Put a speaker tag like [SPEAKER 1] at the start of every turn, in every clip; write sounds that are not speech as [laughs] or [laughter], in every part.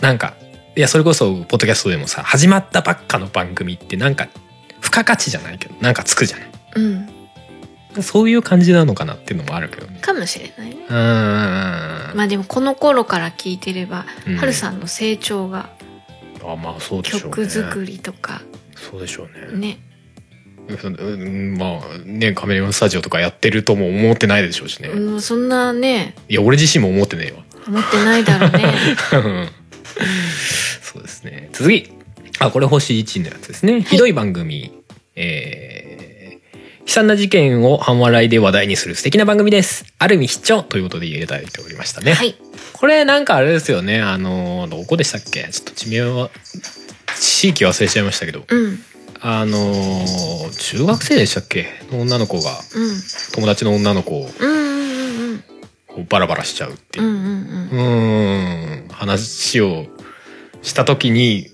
[SPEAKER 1] なんかいやそれこそポッドキャストでもさ始まったばっかの番組ってなんか付加価値じゃないけどなんかつくじゃない
[SPEAKER 2] うん
[SPEAKER 1] そういう感じなのかなっていうのもあるけどね
[SPEAKER 2] かもしれないね
[SPEAKER 1] うんうんうんうん
[SPEAKER 2] まあでもこの頃から聞いてれば、
[SPEAKER 1] うん
[SPEAKER 2] はるさんの成長が
[SPEAKER 1] あまあそうでしょうね
[SPEAKER 2] 曲作りとか
[SPEAKER 1] そうでしょうね
[SPEAKER 2] ね
[SPEAKER 1] うんうんまあねカメレオンスタジオとかやってるとも思ってないでしょうしね、
[SPEAKER 2] うんそんなね
[SPEAKER 1] いや俺自身も思ってね
[SPEAKER 2] 思ってないだろうね
[SPEAKER 1] えわうんそうですね次あこれ星1のやつですね、ひどい番組えー、悲惨な事件を半笑いで話題にする素敵な番組ですある意味必聴ということで入れただいておりました [laughs] ね、
[SPEAKER 2] はい
[SPEAKER 1] これなんかあれですよねあのどこでしたっけちょっと地名は地域忘れちゃいましたけど
[SPEAKER 2] うんうん
[SPEAKER 1] あのー中学生でしたっけの女の子が友達の女の子を
[SPEAKER 2] うんうん
[SPEAKER 1] こうバラバラしちゃうって
[SPEAKER 2] うんう
[SPEAKER 1] いう,、
[SPEAKER 2] んうん
[SPEAKER 1] うーん話をした時に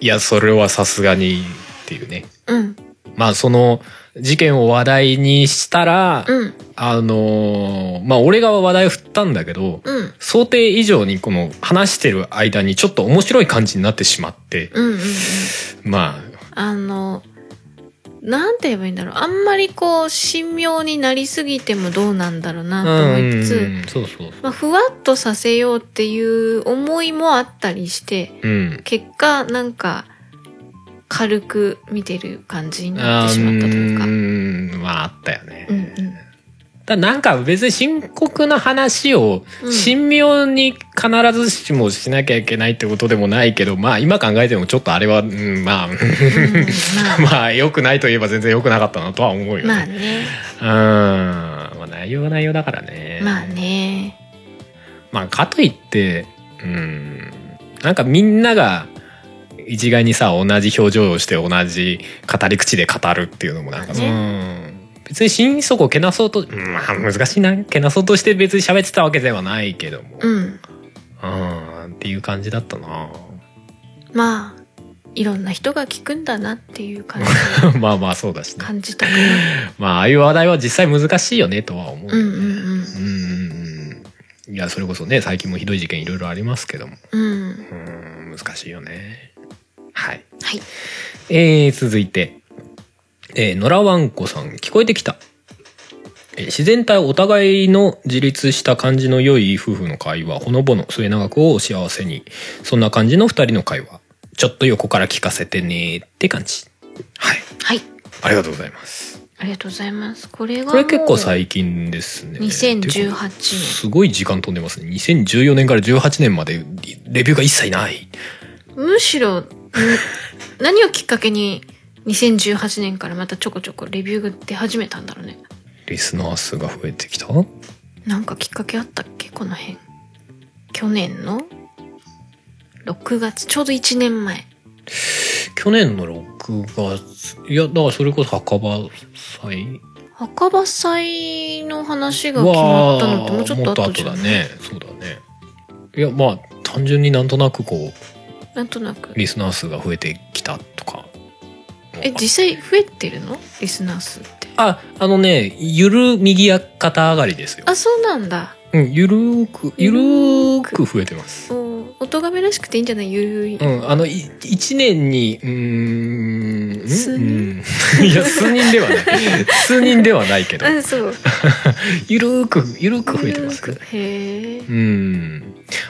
[SPEAKER 1] いやそれはさすがにっていうね
[SPEAKER 2] うんうん
[SPEAKER 1] まあその事件を話題にしたら、
[SPEAKER 2] うん
[SPEAKER 1] あのーまあ俺が話題を振ったんだけど、
[SPEAKER 2] うん
[SPEAKER 1] 想定以上にこの話してる間にちょっと面白い感じになってしまって、
[SPEAKER 2] うんうん
[SPEAKER 1] まあ
[SPEAKER 2] あのなんて言えばいいんだろうあんまりこう神妙になりすぎてもどうなんだろうなと思いつつ、
[SPEAKER 1] うんそうそう
[SPEAKER 2] まあ、ふわっとさせようっていう思いもあったりして
[SPEAKER 1] うん
[SPEAKER 2] 結果なんか軽く見てる感じになってしまったというか
[SPEAKER 1] あー
[SPEAKER 2] うん
[SPEAKER 1] ーんまああったよね、
[SPEAKER 2] うん
[SPEAKER 1] ただなんか別に深刻な話を
[SPEAKER 2] うん
[SPEAKER 1] 神妙に必ずしもしなきゃいけないってことでもないけど、まあ今考えてもちょっとあれは、うん、まあ、 [laughs]
[SPEAKER 2] うん
[SPEAKER 1] まあ良くないといえば全然良くなかったなとは思うよ
[SPEAKER 2] まあま
[SPEAKER 1] [laughs]
[SPEAKER 2] あ
[SPEAKER 1] ね。
[SPEAKER 2] ね
[SPEAKER 1] うん。まあ内容は内容だからね。
[SPEAKER 2] まあね
[SPEAKER 1] まあかといって、うん、なんかみんなが一概にさ同じ表情をして同じ語り口で語るっていうのもなんか、う
[SPEAKER 2] ね
[SPEAKER 1] ん、別に心底をけなそうと、うんまあ難しいなけなそうとして別に喋ってたわけではないけども、
[SPEAKER 2] うん
[SPEAKER 1] うん、っていう感じだったな [laughs]
[SPEAKER 2] まあいろんな人が聞くんだなってい
[SPEAKER 1] [laughs]
[SPEAKER 2] う感じ
[SPEAKER 1] まあまあそうだしね
[SPEAKER 2] 感じたか
[SPEAKER 1] まあああいう話題は実際難しいよねとは思う
[SPEAKER 2] なう
[SPEAKER 1] よ
[SPEAKER 2] ん
[SPEAKER 1] ね、
[SPEAKER 2] うんうん
[SPEAKER 1] うんうんうんいやそれこそね最近もひどい事件いろいろありますけども
[SPEAKER 2] うん
[SPEAKER 1] うん難しいよねはい
[SPEAKER 2] はい
[SPEAKER 1] えー、続いて、えー、野良わんこさん、聞こえてきた。えー自然体お互いの自立した感じの良い夫婦の会話、ほのぼの末永くをお幸せに。そんな感じの二人の会話。ちょっと横から聞かせてねーって感じ。はい。
[SPEAKER 2] はい
[SPEAKER 1] ありがとうございます。
[SPEAKER 2] ありがとうございますこれが
[SPEAKER 1] これ結構
[SPEAKER 2] 近
[SPEAKER 1] 最近ですね。
[SPEAKER 2] 2018
[SPEAKER 1] 年。
[SPEAKER 2] 年
[SPEAKER 1] すごい時間飛んでますね。2014年から18年までレビューが一切ない。
[SPEAKER 2] むしろ
[SPEAKER 1] [laughs]
[SPEAKER 2] ん何をきっかけに2018年からまたちょこちょこレビューが出始めたんだろうね
[SPEAKER 1] リスナー数が増えてきた
[SPEAKER 2] なんかきっかけあったっけこの辺去年の6月ちょうど1年前
[SPEAKER 1] 去年の6月いやだからそれこそ墓場祭
[SPEAKER 2] 墓場祭の話が決まったのってもうちょっ
[SPEAKER 1] わ
[SPEAKER 2] と
[SPEAKER 1] あ
[SPEAKER 2] 後
[SPEAKER 1] も
[SPEAKER 2] じゃ
[SPEAKER 1] だ
[SPEAKER 2] ない
[SPEAKER 1] ねそうだねいやまあ単純になんとなくこう
[SPEAKER 2] なんとなく
[SPEAKER 1] リスナー数が増えてきたとか
[SPEAKER 2] え実際増えてるのリスナー数って
[SPEAKER 1] ああのねゆる右肩上がりですよ
[SPEAKER 2] あそうなんだ
[SPEAKER 1] うん、ゆるーく、ゆるーく増えてます。
[SPEAKER 2] お音がめらしくていいんじゃないゆるい、
[SPEAKER 1] うん、あの、い一年に、うーん、ん
[SPEAKER 2] 数人
[SPEAKER 1] うん [laughs] いや、数人ではない。数人ではないけど、
[SPEAKER 2] あそう
[SPEAKER 1] ゆるーく、ゆるーく増えてます
[SPEAKER 2] ゆ。るくへえ
[SPEAKER 1] うん。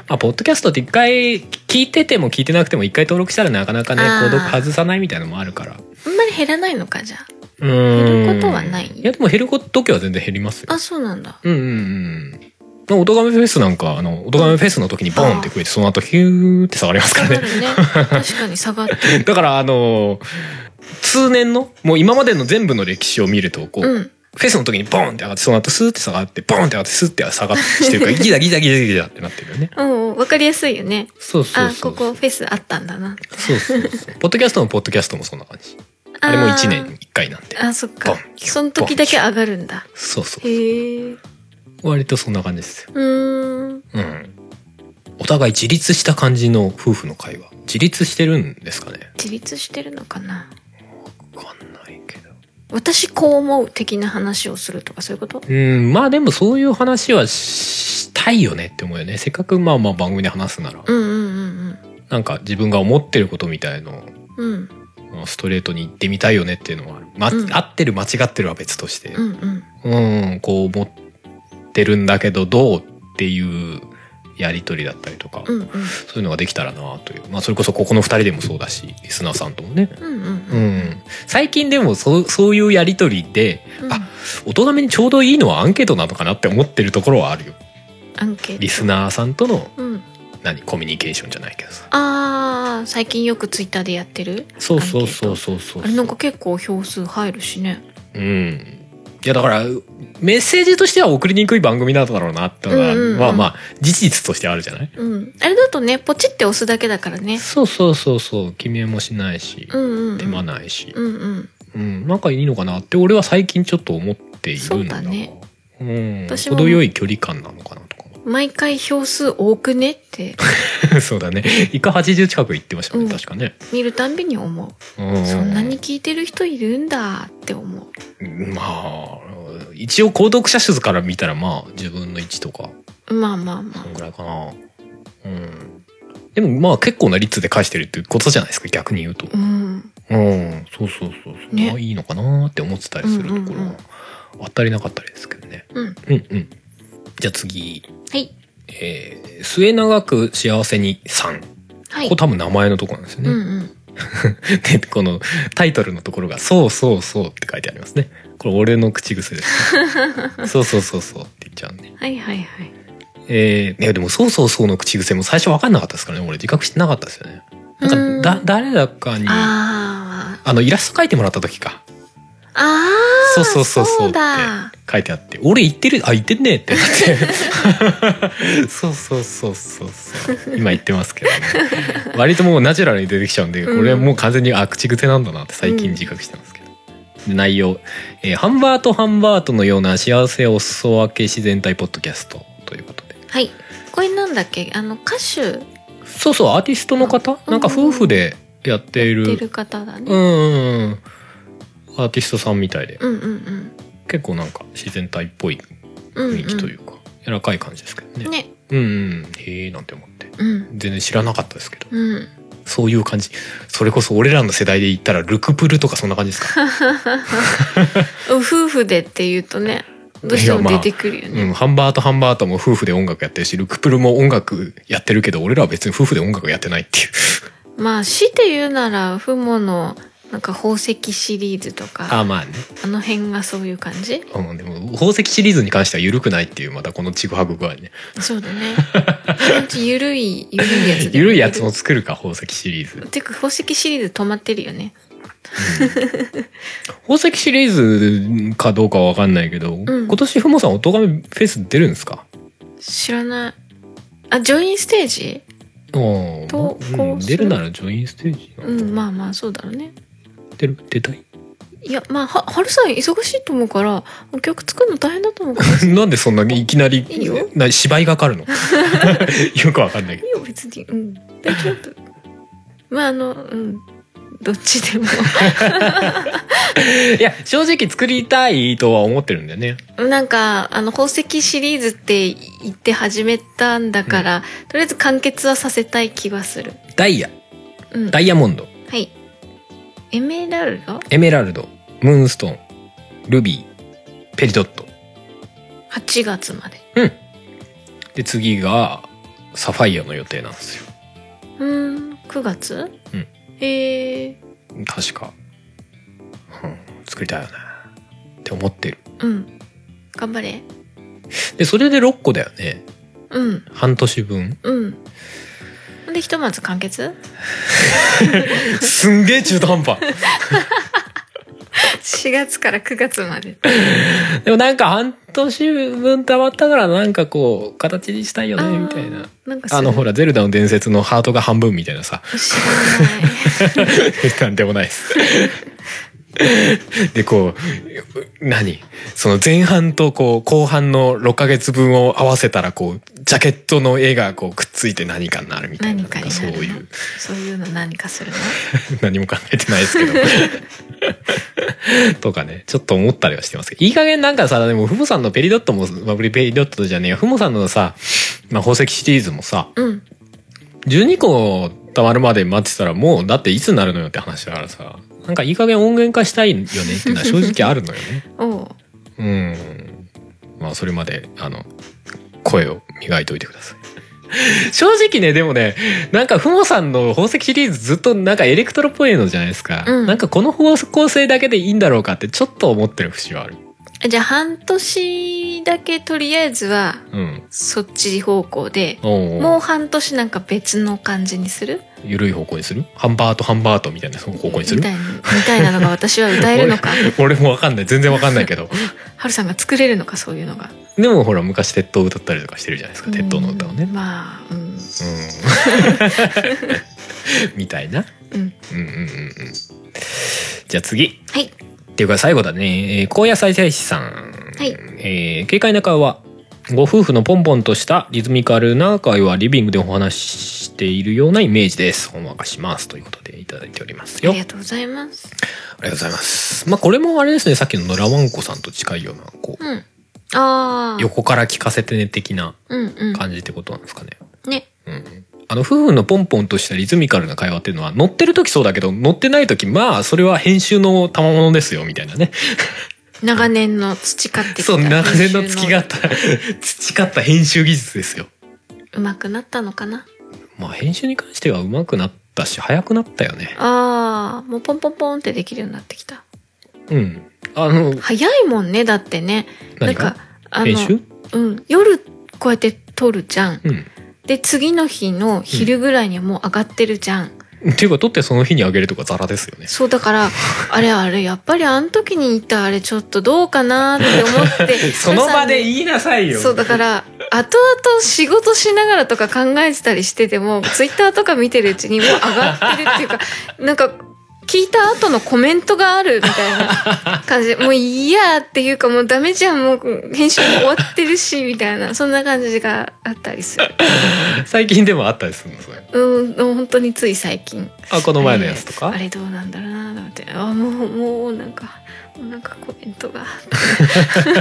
[SPEAKER 1] まあ、ポッドキャストって一回聞いてても聞いてなくても一回登録したらなかなかね、
[SPEAKER 2] あー
[SPEAKER 1] 購読外さないみたいなのもあるから。
[SPEAKER 2] あんまり減らないのかじゃあ
[SPEAKER 1] うーん。
[SPEAKER 2] 減ることはない
[SPEAKER 1] いや、でも減ること時は全然減りますよ。
[SPEAKER 2] あそうなんだ
[SPEAKER 1] うんうんうん。おとがめフェスなんか、あの、おとがめフェスの時にボンって増えて、その後ヒューって下がりますか
[SPEAKER 2] 下
[SPEAKER 1] ら
[SPEAKER 2] が
[SPEAKER 1] ね。
[SPEAKER 2] るね確かに下
[SPEAKER 1] [laughs]
[SPEAKER 2] がってる
[SPEAKER 1] だからあの通年のもう今までの全部の歴史を見るとこう、
[SPEAKER 2] うん
[SPEAKER 1] フェスの時にボンって上がってその後スーって下がってボンって上がってスーって下がってしてるからギザギザギザギザってなってるよね。
[SPEAKER 2] うん分かりやすいよね
[SPEAKER 1] そうそう
[SPEAKER 2] あ
[SPEAKER 1] そう。
[SPEAKER 2] ここフェスあったんだな
[SPEAKER 1] そうそうそう。ポッドキャストもポッドキャストもそんな感じ。あれも1年に1回なんで。
[SPEAKER 2] あそっ
[SPEAKER 1] ボ
[SPEAKER 2] か
[SPEAKER 1] ンキュ
[SPEAKER 2] その時だけ上がるんだ
[SPEAKER 1] そうそう。
[SPEAKER 2] へえう
[SPEAKER 1] 割とそんな感じですよ。
[SPEAKER 2] ーん
[SPEAKER 1] うん。お互い自立した感じの夫婦の会話。自立してるんですかね
[SPEAKER 2] 自立してるのかな
[SPEAKER 1] わかんないけど。
[SPEAKER 2] 私こう思う的な話をするとかそういうこと
[SPEAKER 1] うん、まあでもそういう話はしたいよねって思うよね。せっかくまあまあ番組で話すなら。
[SPEAKER 2] うんうんうん
[SPEAKER 1] なんか自分が思ってることみたいの
[SPEAKER 2] うんうん
[SPEAKER 1] をストレートに言ってみたいよねっていうのは、ま
[SPEAKER 2] うん
[SPEAKER 1] 合ってる間違ってるは別として、
[SPEAKER 2] うんうん
[SPEAKER 1] うん、こう思ってるんだけどどうっていうやりとりだったりとか、
[SPEAKER 2] うんうん
[SPEAKER 1] そういうのができたらなという。まあそれこそここの二人でもそうだし、リスナーさんともね。
[SPEAKER 2] うんうん
[SPEAKER 1] う
[SPEAKER 2] うん
[SPEAKER 1] ん、最近でもそうそういうやりとりで、
[SPEAKER 2] うん
[SPEAKER 1] あ大人めにちょうどいいのはアンケートなのかなって思ってるところはあるよ。
[SPEAKER 2] アンケート
[SPEAKER 1] リスナーさんとの
[SPEAKER 2] うん
[SPEAKER 1] 何コミュニケーションじゃないけどさ。
[SPEAKER 2] あー最近よくツイッターでやってる
[SPEAKER 1] そうそうそうそうそう
[SPEAKER 2] あ。れなんか結構票数入るしね
[SPEAKER 1] うん。いやだからメッセージとしては送りにくい番組なんだろうなってのが、
[SPEAKER 2] うんうんうん
[SPEAKER 1] まあまあ事実としてあるじゃない
[SPEAKER 2] うんあれだとねポチって押すだけだからね
[SPEAKER 1] そうそうそうそう決めもしないし、
[SPEAKER 2] うんうんうん
[SPEAKER 1] 手間ないし、
[SPEAKER 2] うんうん
[SPEAKER 1] うん、なんかいいのかなって俺は最近ちょっと思っているんだ
[SPEAKER 2] そうだね
[SPEAKER 1] うん、
[SPEAKER 2] 私も
[SPEAKER 1] 程よい距離感なのかなとか [laughs]
[SPEAKER 2] 毎回票数多くねって
[SPEAKER 1] そうだね一回80近く行ってましたね、
[SPEAKER 2] うん
[SPEAKER 1] 確かね、
[SPEAKER 2] 見るたんびに思
[SPEAKER 1] [laughs]
[SPEAKER 2] う
[SPEAKER 1] うん、
[SPEAKER 2] そんなに聞いてる人いるんだって思
[SPEAKER 1] まあ一応購読者数から見たらまあ自分の位置とか
[SPEAKER 2] うまあまあま
[SPEAKER 1] そ
[SPEAKER 2] あ
[SPEAKER 1] んぐらいかなうんでもまあ結構な率で返してるっていうことじゃないですか逆に言うと
[SPEAKER 2] うん
[SPEAKER 1] うんそうそうそうそう、
[SPEAKER 2] ね
[SPEAKER 1] まあいいのかなーって思ってたりするところ
[SPEAKER 2] うんうんう
[SPEAKER 1] は
[SPEAKER 2] ん
[SPEAKER 1] 当たりなかったりですけどね
[SPEAKER 2] うん
[SPEAKER 1] うんうんじゃあ次
[SPEAKER 2] はい
[SPEAKER 1] えー、末永く幸せにさんこ
[SPEAKER 2] はい
[SPEAKER 1] こ多分名前のところなんですよ
[SPEAKER 2] う
[SPEAKER 1] ね、
[SPEAKER 2] んうん
[SPEAKER 1] [laughs] でこのタイトルのところが「そうそうそう」って書いてありますねこれ俺の口癖です、
[SPEAKER 2] [laughs]
[SPEAKER 1] ね、そうそうそうそうって言っちゃうんで
[SPEAKER 2] はいはいはい
[SPEAKER 1] えー、いやでも、そうそうそうの口癖も最初分かんなかったですからね。俺自覚してなかったですよね。
[SPEAKER 2] う
[SPEAKER 1] なん
[SPEAKER 2] ーん
[SPEAKER 1] か、だ、誰だかに、あ
[SPEAKER 2] あー
[SPEAKER 1] の、イラスト描いてもらった時か。
[SPEAKER 2] あー
[SPEAKER 1] そうそうそうそう
[SPEAKER 2] そ
[SPEAKER 1] っ
[SPEAKER 2] う
[SPEAKER 1] て
[SPEAKER 2] だ
[SPEAKER 1] 書いてあって、俺言ってる、あ、言ってんねってな
[SPEAKER 2] [laughs]
[SPEAKER 1] って。そうそうそうそうそう。今言ってますけどね。割ともうナチュラルに出てきちゃうんで、こ
[SPEAKER 2] うん
[SPEAKER 1] れもう完全に、あ、口癖なんだなって最近自覚してますけど。で内容、えーハンバートハンバートのような幸せお裾分け自然体ポッドキャストということで。
[SPEAKER 2] はいこれなんだっけあの歌手
[SPEAKER 1] そうそうアーティストの方
[SPEAKER 2] うん
[SPEAKER 1] なんか夫婦でやっている
[SPEAKER 2] 出る方だ
[SPEAKER 1] う
[SPEAKER 2] ね
[SPEAKER 1] んうんうんアーティストさんみたいで
[SPEAKER 2] うんうんうん
[SPEAKER 1] 結構なんか自然体っぽい
[SPEAKER 2] うんうん
[SPEAKER 1] 雰囲気というか、柔らかい感じですけどね
[SPEAKER 2] ね
[SPEAKER 1] うんうんへえなんて思って
[SPEAKER 2] うん
[SPEAKER 1] 全然知らなかったですけど
[SPEAKER 2] うん
[SPEAKER 1] そういう感じそれこそ俺らの世代で言ったらルクプルとかそんな感じ [laughs] ですか、
[SPEAKER 2] 夫婦でっていうとねどうしても出てくるよ
[SPEAKER 1] う
[SPEAKER 2] ね
[SPEAKER 1] ん、ハンバートハンバートも夫婦で音楽やってるしルクプルも音楽やってるけど俺らは別に夫婦で音楽やってないっていう
[SPEAKER 2] まあ死って言うなら父母のなんか宝石シリーズとか
[SPEAKER 1] ああまあね
[SPEAKER 2] あの辺がそういう感
[SPEAKER 1] [laughs]
[SPEAKER 2] じ
[SPEAKER 1] うん、でも宝石シリーズに関しては緩くないっていうまたこのちぐはぐ具合ね
[SPEAKER 2] そうだね。うちゆるい、ゆるいやつ
[SPEAKER 1] [laughs]
[SPEAKER 2] だよね
[SPEAKER 1] ゆるいやつも作るか宝石シリーズ
[SPEAKER 2] てか宝石シリーズ止まってるよね。
[SPEAKER 1] 宝石シリーズかどうかは分かんないけど、
[SPEAKER 2] ん
[SPEAKER 1] 今年ふもさんおとがめフェス出るんですか
[SPEAKER 2] 知らない。あ、ジョインステージ
[SPEAKER 1] お
[SPEAKER 2] 投稿する
[SPEAKER 1] うん、出るならジョインステージなの
[SPEAKER 2] う、
[SPEAKER 1] かなん
[SPEAKER 2] まあまあそうだろうね。
[SPEAKER 1] 出る出たい [laughs]
[SPEAKER 2] いや、まあ、は、春さん忙しいと思うから、お曲作るの大変だと思うから。
[SPEAKER 1] なんでそんないきなり
[SPEAKER 2] いいよ
[SPEAKER 1] な芝居がかかるの [laughs] よく分かんないけ
[SPEAKER 2] [laughs] いいよ、別に。うん。大丈夫。まああの、うん。どっちでも
[SPEAKER 1] い
[SPEAKER 2] [laughs]
[SPEAKER 1] や正直作りたいとは思ってるんだよね
[SPEAKER 2] なんかあの宝石シリーズって言って始めたんだから、とりあえず完結はさせたい気はする、
[SPEAKER 1] ダイヤ
[SPEAKER 2] うん、
[SPEAKER 1] ダイヤモンド
[SPEAKER 2] はいエメラルド
[SPEAKER 1] エメラルドムーンストーンルビーペリドット
[SPEAKER 2] 8月まで
[SPEAKER 1] で次がサファイアの予定なんですよ
[SPEAKER 2] うーん9月
[SPEAKER 1] うん
[SPEAKER 2] へえ
[SPEAKER 1] 確か、うん、作りたいよねって思ってる
[SPEAKER 2] うん頑張れ
[SPEAKER 1] でそれで6個だよね
[SPEAKER 2] うん
[SPEAKER 1] 半年分
[SPEAKER 2] うんでひとまず完結
[SPEAKER 1] すんげえ中途半端
[SPEAKER 2] 4月から9月まで
[SPEAKER 1] でもなんか半年分溜まったからなんかこう形にしたいよねみたい
[SPEAKER 2] あ
[SPEAKER 1] な
[SPEAKER 2] ーなんかする
[SPEAKER 1] あのほら「ゼルダの伝説」のハートが半分みたいなさ
[SPEAKER 2] [laughs] 知らない
[SPEAKER 1] [laughs] なんでもないです [laughs] でこう何その前半とこう後半の6ヶ月分を合わせたらこうジャケットの絵がこうくっついて何かになるみたいな
[SPEAKER 2] 何か
[SPEAKER 1] なん
[SPEAKER 2] に
[SPEAKER 1] かそ
[SPEAKER 2] な
[SPEAKER 1] う
[SPEAKER 2] るの
[SPEAKER 1] いう
[SPEAKER 2] そういうの何かするの
[SPEAKER 1] 何も考えてないですけど [laughs] とかねちょっと思ったりはしてますけどいい加減なんかさでもふもさんのペリドットもまあペリドットじゃねえよふもさんのさ、まあ、宝石シリーズもさ
[SPEAKER 2] うん
[SPEAKER 1] 12個溜まるまで待ってたらもうだっていつになるのよって話だからさなんかいい加減音源化したいよねっていうのは正直あるのよね
[SPEAKER 2] おう
[SPEAKER 1] うんまあそれまであの声を磨いておいてください [laughs] 正直ねでもねなんかふもさんの宝石シリーズずっとなんかエレクトロっぽいのじゃないですか、
[SPEAKER 2] うん
[SPEAKER 1] なんかこの方向性だけでいいんだろうかってちょっと思ってる節はある
[SPEAKER 2] じゃあ半年だけとりあえずは
[SPEAKER 1] うん
[SPEAKER 2] そっち方向で
[SPEAKER 1] おうお
[SPEAKER 2] も
[SPEAKER 1] う
[SPEAKER 2] う半年なんか別の感じにする
[SPEAKER 1] ゆるい方向にするハンバートハンバートみたいなその方向にする
[SPEAKER 2] みたいなみたいなのが私は歌えるの
[SPEAKER 1] [laughs]
[SPEAKER 2] か
[SPEAKER 1] 俺もわかんない全然わかんないけど [laughs]
[SPEAKER 2] ハルさんが作れるのかそういうのが
[SPEAKER 1] でもほら昔鉄塔歌ったりとかしてるじゃないですか鉄塔の歌をね
[SPEAKER 2] うんまあうん
[SPEAKER 1] うんみたいな
[SPEAKER 2] うん
[SPEAKER 1] うんうんうんうんじゃあ次
[SPEAKER 2] はい
[SPEAKER 1] っていうか最後だね、えー高野再生師さん、
[SPEAKER 2] はい
[SPEAKER 1] えー軽快な会話ご夫婦のポンポンとしたリズミカルな会話リビングでお話ししているようなイメージですほんわかしますということでいただいております
[SPEAKER 2] あ
[SPEAKER 1] よ
[SPEAKER 2] りがとうございます
[SPEAKER 1] ありがとうございますまあこれもあれですねさっきの野良ワンコさんと近いようなこう
[SPEAKER 2] うんああ
[SPEAKER 1] 横から聞かせてね的な
[SPEAKER 2] うんう
[SPEAKER 1] 感じってことなんですかね
[SPEAKER 2] んね
[SPEAKER 1] うんあの、夫婦のポンポンとしたリズミカルな会話っていうのは、乗ってる時そうだけど、乗ってない時、まあ、それは編集の賜物ですよ、みたいなね。
[SPEAKER 2] 長年の培ってきた
[SPEAKER 1] そう、長年の
[SPEAKER 2] 練習
[SPEAKER 1] 培った、 [laughs] 培った編集技術ですよ。
[SPEAKER 2] うまくなったのかな
[SPEAKER 1] まあ、編集に関しては上手くなったし、早くなったよね。
[SPEAKER 2] ああもうポンポンポンってできるようになってきた
[SPEAKER 1] うん。あの、
[SPEAKER 2] 早いもんねだってねなん
[SPEAKER 1] 何
[SPEAKER 2] か
[SPEAKER 1] か
[SPEAKER 2] あ
[SPEAKER 1] 編
[SPEAKER 2] の
[SPEAKER 1] 集
[SPEAKER 2] うん夜こうやって撮るじゃん
[SPEAKER 1] うん。
[SPEAKER 2] で次の日の昼ぐらいにはもう上がってるじゃん、
[SPEAKER 1] っていうか、撮ってその日にあげるとかザラですよね。
[SPEAKER 2] そうだからあれあれやっぱりあの時に言ったあれちょっとどうかなって思って
[SPEAKER 1] [laughs] その場で
[SPEAKER 2] い
[SPEAKER 1] 言いなさいよ。
[SPEAKER 2] そうだから後々仕事しながらとか考えてたりしててもツイッターとか見てるうちにもう上がってるってい
[SPEAKER 1] [laughs]
[SPEAKER 2] うかなんか聞いた後のコメントがあるみたいな感じでもういいやっていうかもうダメじゃんもう編集も終わってるしみたいなそんな感じがあったりする
[SPEAKER 1] [laughs] 最近でもあったりするの、それ。
[SPEAKER 2] うんもう本当につい最近
[SPEAKER 1] あ、この前のやつとか
[SPEAKER 2] あれあれどうなんだろうなと思ってあもうもうなんかもうなんかコメン
[SPEAKER 1] [laughs]
[SPEAKER 2] トが [laughs]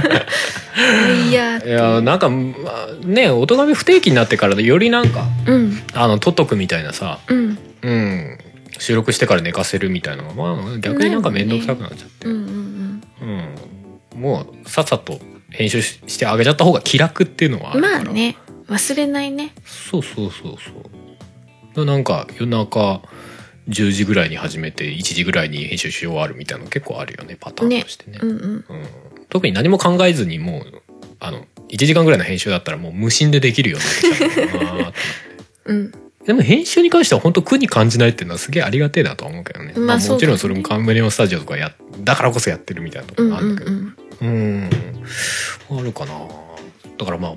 [SPEAKER 2] いや
[SPEAKER 1] いやなんか、まあ、ねおとがめ不定期になってからよりなんか
[SPEAKER 2] うん
[SPEAKER 1] あの取っとくみたいなさ、
[SPEAKER 2] うん
[SPEAKER 1] うん、収録してから寝かせるみたいなのが、まあ、逆になんか面倒くさくなっちゃって、
[SPEAKER 2] うんうんうん
[SPEAKER 1] うん、もうさっさと編集ししてあげちゃった方が気楽っていうのはあるから
[SPEAKER 2] まあね忘れないね
[SPEAKER 1] そうそうそうそうなんか夜中10時ぐらいに始めて1時ぐらいに編集し終わるみたいなの結構あるよねパターンとしてね
[SPEAKER 2] うんうん
[SPEAKER 1] うん、特に何も考えずにもうあの1時間ぐらいの編集だったらもう無心でできるようになってきたのかな
[SPEAKER 2] [laughs]
[SPEAKER 1] って
[SPEAKER 2] うん
[SPEAKER 1] でも編集に関しては本当苦に感じないっていうのはすげえありがてえなとは思うけどね,、
[SPEAKER 2] まあ
[SPEAKER 1] も
[SPEAKER 2] そうだ
[SPEAKER 1] ち
[SPEAKER 2] よね
[SPEAKER 1] ろんそれもカンメレオンスタジオとかやだからこそやってるみたいなとこ
[SPEAKER 2] う
[SPEAKER 1] ろ
[SPEAKER 2] ん
[SPEAKER 1] がある
[SPEAKER 2] うんん
[SPEAKER 1] だけ
[SPEAKER 2] う
[SPEAKER 1] ど
[SPEAKER 2] ん
[SPEAKER 1] うんあるかなだからまあ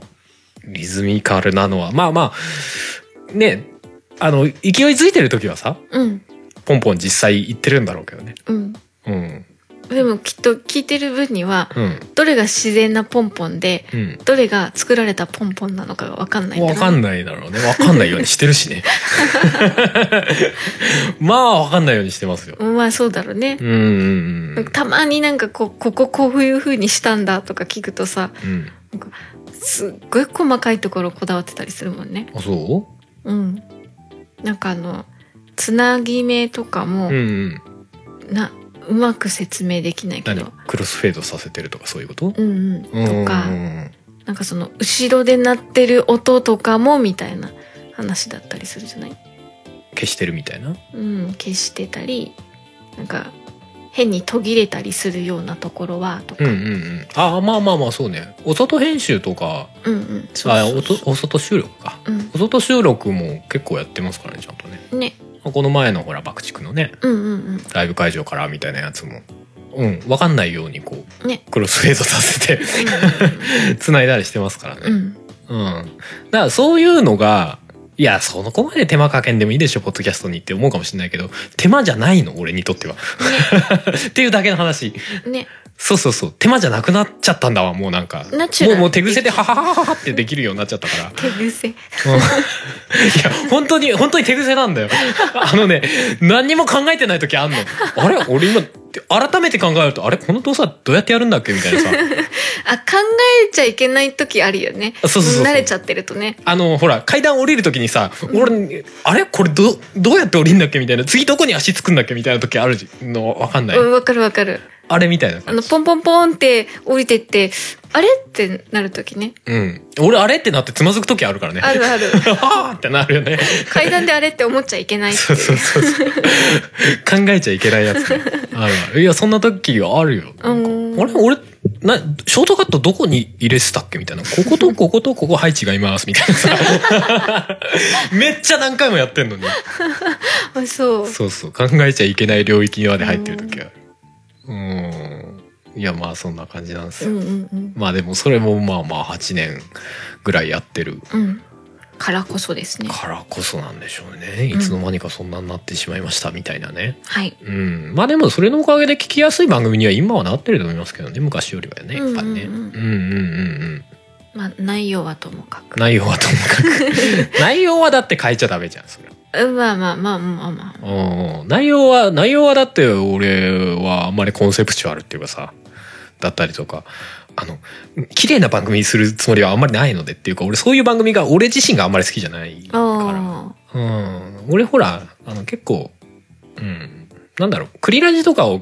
[SPEAKER 1] リズミカルなのはまあまあねあの勢いづいてる時はさ
[SPEAKER 2] うん
[SPEAKER 1] ポンポン実際言ってるんだろうけどね
[SPEAKER 2] うん
[SPEAKER 1] うん
[SPEAKER 2] でもきっと聞いてる分には
[SPEAKER 1] うん
[SPEAKER 2] どれが自然なポンポンで
[SPEAKER 1] うん
[SPEAKER 2] どれが作られたポンポンなのかが分かんない
[SPEAKER 1] わかんないだろうね。わかんないようにしてるしね。まあ、わかんないようにしてますよ。
[SPEAKER 2] まあそうだろうね
[SPEAKER 1] う、んうんうん。
[SPEAKER 2] たまになんかこうこここういう風にしたんだとか聞くとさ
[SPEAKER 1] うん。
[SPEAKER 2] すっごい細かいところこだわってたりするもんね
[SPEAKER 1] あ、そ
[SPEAKER 2] うんなんかあのつなぎ目とかも、
[SPEAKER 1] ううんうん。
[SPEAKER 2] なうまく説明できないけ
[SPEAKER 1] 何
[SPEAKER 2] ど
[SPEAKER 1] クロスフェードさせてるとかそういうこと
[SPEAKER 2] うんうんとか、
[SPEAKER 1] うんうんうん
[SPEAKER 2] なんかその後ろで鳴ってる音とかもみたいな話だったりするじゃない
[SPEAKER 1] 消してるみたいな。
[SPEAKER 2] うん消してたりなんか変に途切れたりするようなところはとか、
[SPEAKER 1] うんうんうん。あ、まあまあまあ、そうね。お外編集とか、
[SPEAKER 2] うんうんそう
[SPEAKER 1] あ、
[SPEAKER 2] そう
[SPEAKER 1] お
[SPEAKER 2] そう
[SPEAKER 1] とお外収録か。
[SPEAKER 2] うん
[SPEAKER 1] お外収録も結構やってますからね、ちゃんとね。
[SPEAKER 2] ね
[SPEAKER 1] この前のほら、爆竹のね、
[SPEAKER 2] うんうん
[SPEAKER 1] ライブ会場からみたいなやつも、うん、わかんないようにこう、
[SPEAKER 2] うんね
[SPEAKER 1] クロスフェードさせて [laughs] 繋いだりしてますから
[SPEAKER 2] うんう
[SPEAKER 1] ね。
[SPEAKER 2] ん
[SPEAKER 1] うん。だからそういうのが、いや、そのこまで手間かけんでもいいでしょ、ポッドキャストにって思うかもしれないけど、手間じゃないの、俺にとっては。 [laughs] っていうだけの話。
[SPEAKER 2] うんね
[SPEAKER 1] そうそうそう。手間じゃなくなっちゃったんだわ、もうなんか。
[SPEAKER 2] ナチュラル
[SPEAKER 1] もうもう手癖で、はははははってできるようになっちゃったから。
[SPEAKER 2] 手癖
[SPEAKER 1] うんいや、本当に、本当に手癖なんだよ。あのね、何にも考えてない時あんの。あれ俺今、改めて考えると、あれこの動作どうやってやるんだっけみたいなさ。
[SPEAKER 2] あ考えちゃいけない時あるよね
[SPEAKER 1] あそうそうそうそう
[SPEAKER 2] 慣れちゃってるとね
[SPEAKER 1] あの、ほら、階段降りる時にさ、俺、あれこれど、どうやって降りんだっけみたいな。次どこに足つくんだっけみたいな時あるのわかんない。
[SPEAKER 2] うんわかるわかる
[SPEAKER 1] あれみたいな
[SPEAKER 2] あ
[SPEAKER 1] 感
[SPEAKER 2] の
[SPEAKER 1] じ。
[SPEAKER 2] ポンポンポンって降りてってあれってなる時ね
[SPEAKER 1] うん。俺、あれってなってつまずく時あるからね。
[SPEAKER 2] ある
[SPEAKER 1] [laughs]
[SPEAKER 2] ある
[SPEAKER 1] はーってなるよね。
[SPEAKER 2] 階段であれって思っちゃいけないって
[SPEAKER 1] そうそうそうそう。考えちゃいけないやつね、あるある。いや、そんな時あるよ。
[SPEAKER 2] う
[SPEAKER 1] なんか
[SPEAKER 2] ん
[SPEAKER 1] あれ俺、な、ショートカットどこに入れてたっけみたいな。こ
[SPEAKER 2] [laughs]
[SPEAKER 1] こと、ここと、ここ配置がいます。みたいなさ。 [laughs] めっちゃ何回もやってんのに。
[SPEAKER 2] あそう
[SPEAKER 1] そうそう。考えちゃいけない領域にまで入ってる時は。うん。いや、まあ、そんな感じなんです
[SPEAKER 2] う
[SPEAKER 1] よ。
[SPEAKER 2] んうんうん
[SPEAKER 1] まあ、でも、それもまあまあ、8年ぐらいやってる
[SPEAKER 2] うんからこそですね
[SPEAKER 1] からこそなんでしょうね。いつの間にかそんなになってしまいました、みたいなね。
[SPEAKER 2] はい
[SPEAKER 1] うん、まあでもそれのおかげで聞きやすい番組には今はなってると思いますけどね昔よりはねやっぱりねう
[SPEAKER 2] う
[SPEAKER 1] うんうん
[SPEAKER 2] んんうん
[SPEAKER 1] うん
[SPEAKER 2] まあ内容はともかく
[SPEAKER 1] 内容はともか
[SPEAKER 2] [laughs]
[SPEAKER 1] く内容はだって変えちゃダメじゃんそれ
[SPEAKER 2] うんまあまあまあまあまあ
[SPEAKER 1] はうん内容は内容はだって俺はあんまりコンセプチュアルっていうかさだったりとかあの綺麗な番組にするつもりはあんまりないのでっていうか俺そういう番組が俺自身があんまり好きじゃないから
[SPEAKER 2] ああ
[SPEAKER 1] うん俺ほらあの結構うんなんだろうクリラジとかを